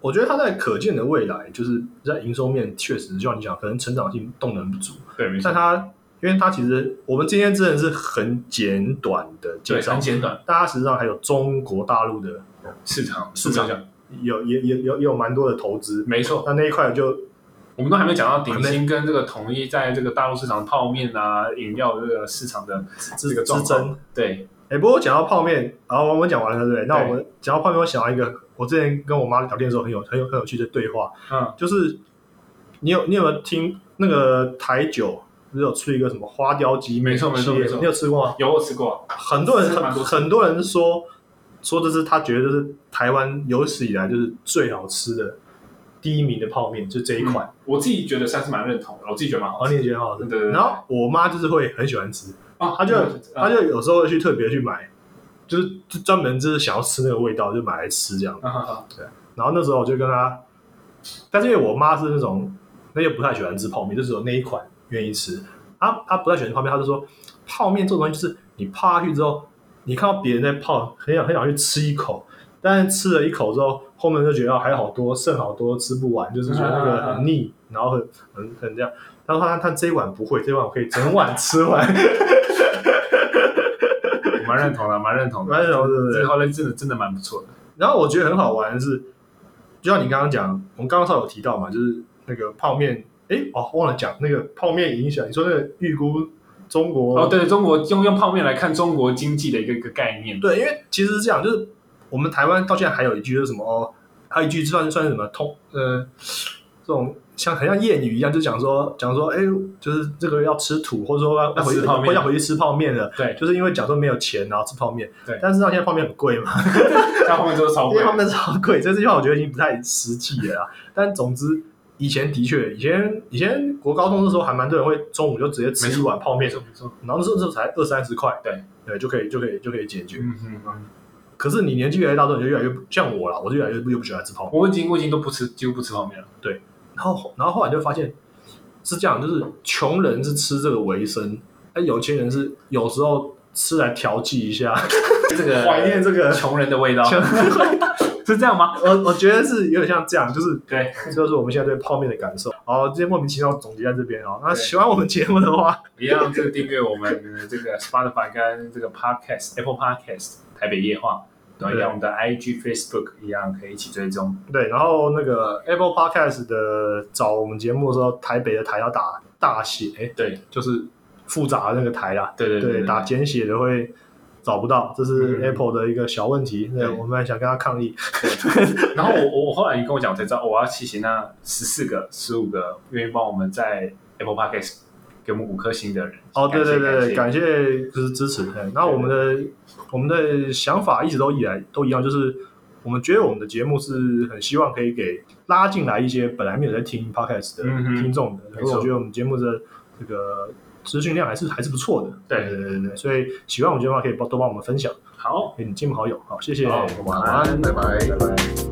Speaker 1: 我觉得它在可见的未来，就是在营收面确实，就像你讲，可能成长性动能不足，
Speaker 2: 对，没
Speaker 1: 但，它因为它其实我们今天真的是很简短的介
Speaker 2: 对，
Speaker 1: 绍
Speaker 2: 很，简短，
Speaker 1: 但它实际上还有中国大陆的
Speaker 2: 市场
Speaker 1: 市场
Speaker 2: 没有讲
Speaker 1: 有也也有也有蛮多的投资，
Speaker 2: 没错，
Speaker 1: 那那一块就
Speaker 2: 我们都还没有讲到鼎新跟这个统一在这个大陆市场泡面啊、饮料这个市场的
Speaker 1: 之
Speaker 2: 这个状
Speaker 1: 之
Speaker 2: 况
Speaker 1: 争。
Speaker 2: 对，
Speaker 1: 哎，不过讲到泡面，然后我们讲完了，对不对？那
Speaker 2: 对
Speaker 1: 我们讲到泡面，我想到一个，我之前跟我妈聊天的时候很有很有很有趣的对话，
Speaker 2: 嗯，
Speaker 1: 就是你有你有没有听那个台酒？不是有出一个什么花雕鸡面
Speaker 2: 没错没错
Speaker 1: 系列
Speaker 2: 没错
Speaker 1: 你有吃过吗？
Speaker 2: 有我吃过，
Speaker 1: 很多人
Speaker 2: 是蛮
Speaker 1: 很
Speaker 2: 多
Speaker 1: 很多人说说这是他觉得这是台湾有史以来就是最好吃的第一名的泡面，就这一款。
Speaker 2: 我自己觉得算是蛮认同的，我自己觉得蛮好
Speaker 1: 哦，你也觉得很好
Speaker 2: 嗯对对
Speaker 1: 吃？
Speaker 2: 对
Speaker 1: 然后我妈就是会很喜欢吃，
Speaker 2: 啊
Speaker 1: 她就她
Speaker 2: 就
Speaker 1: 就有时候会去特别去买，就是就专门就是想要吃那个味道，就买来吃
Speaker 2: 嗯
Speaker 1: 这样。然后那时候我就跟她，但是因为我妈是那种那些不太喜欢吃泡面，就只有那一款愿意吃。她她不太喜欢吃泡面，她就说泡面这种东西就是你泡下去之后，你看到别人在泡，很想很想去吃一口，但是吃了一口之后，后面就觉得哦还有好多剩好多吃不完，就是觉得那个很腻，然后很很很这样。她说她她这一碗不会，这一碗我可以整碗吃完。
Speaker 2: 嗯蛮认同的，蛮认同的，
Speaker 1: 蛮认同的对不对
Speaker 2: 这个后来真的真的蛮不错的，
Speaker 1: 然后我觉得很好玩的是，就像你刚刚讲，我们刚刚稍微有提到嘛，就是那个泡面，诶，哦，忘了讲那个泡面影响。你说那个预估中国
Speaker 2: 哦，对，中国用用泡面来看中国经济的一个一个概 念，
Speaker 1: 对因为其实是这样，就是我们台湾到现在还有一句就是什么哦，还有一句算是算是什么通呃这种像很像谚语一样，就讲说讲说哎，就是这个要吃土，或者说要
Speaker 2: 要
Speaker 1: 回
Speaker 2: 吃泡面
Speaker 1: 或要回去吃泡面了，
Speaker 2: 对，
Speaker 1: 就是因为讲说没有钱然后吃泡面，
Speaker 2: 对
Speaker 1: 但是到现在泡面很贵嘛。
Speaker 2: 在后面都是超
Speaker 1: 因
Speaker 2: 贵
Speaker 1: 为，他们超贵，这句话我觉得已经不太实际了啦。但总之，以前的确，以前以前国高中的时候，还蛮多人会中午就直接
Speaker 2: 没
Speaker 1: 吃一
Speaker 2: 错
Speaker 1: 碗泡面，
Speaker 2: 错没错，
Speaker 1: 然后那时候那时候才二三十块，
Speaker 2: 对
Speaker 1: 对，就可以就可以就可以解决。
Speaker 2: 嗯嗯嗯。
Speaker 1: 可是你年纪越来越大之后，你就越来越不像我了，我就越来越不越不喜欢吃泡面。
Speaker 2: 我已经我已经都不吃，几乎不吃泡面了。
Speaker 1: 然后然后后来就发现是这样，就是穷人是吃这个为生，那有钱人是有时候吃来调剂一下，
Speaker 2: 这个
Speaker 1: 怀念这个。呃
Speaker 2: 穷人的味道，
Speaker 1: 穷
Speaker 2: 是这样吗？
Speaker 1: 我我觉得是有点像这样，就是
Speaker 2: 对，
Speaker 1: 这就是我们现在对泡面的感受。好，今天莫名其妙总结在这边哦。那
Speaker 2: 对
Speaker 1: 喜欢我们节目的话，
Speaker 2: 一样这个订阅我们呃这个 Spotify 跟这个 Podcast Apple Podcast 台北夜话，然后一样我们的 IG Facebook 一样可以一起追踪。
Speaker 1: 对，然后那个 Apple Podcast 的找我们节目的时候，台北的台要打大写，诶
Speaker 2: 对
Speaker 1: 就是复杂的那个台啦。
Speaker 2: 对对
Speaker 1: 对，
Speaker 2: 对，
Speaker 1: 打简写的会找不到，这是
Speaker 2: 嗯
Speaker 1: Apple 的一个小问题。对，
Speaker 2: 对
Speaker 1: 我们还想跟他抗议。
Speaker 2: 然后我我我后来你跟我讲，我才知道我要谢谢那十四个、十五个愿意帮我们在 Apple Podcast 给我们五颗星的人。
Speaker 1: 哦，对对
Speaker 2: 感
Speaker 1: 对，
Speaker 2: 谢感
Speaker 1: 感谢就是支持。对，那
Speaker 2: 对
Speaker 1: 我们的我们的想法一直都以来都一样，就是我们觉得我们的节目是很希望可以给拉进来一些本来没有在听 podcast 的
Speaker 2: 嗯哼
Speaker 1: 听众的，
Speaker 2: 没
Speaker 1: 然后我
Speaker 2: 错
Speaker 1: 觉得我们节目的这个资讯量还是还是不错的。
Speaker 2: 对
Speaker 1: 对对对，所以喜欢我们节目的话，可以帮多帮我们分享
Speaker 2: 好，
Speaker 1: 给你亲朋好友。好，谢谢，
Speaker 2: 好晚安
Speaker 3: 拜拜
Speaker 2: 拜拜。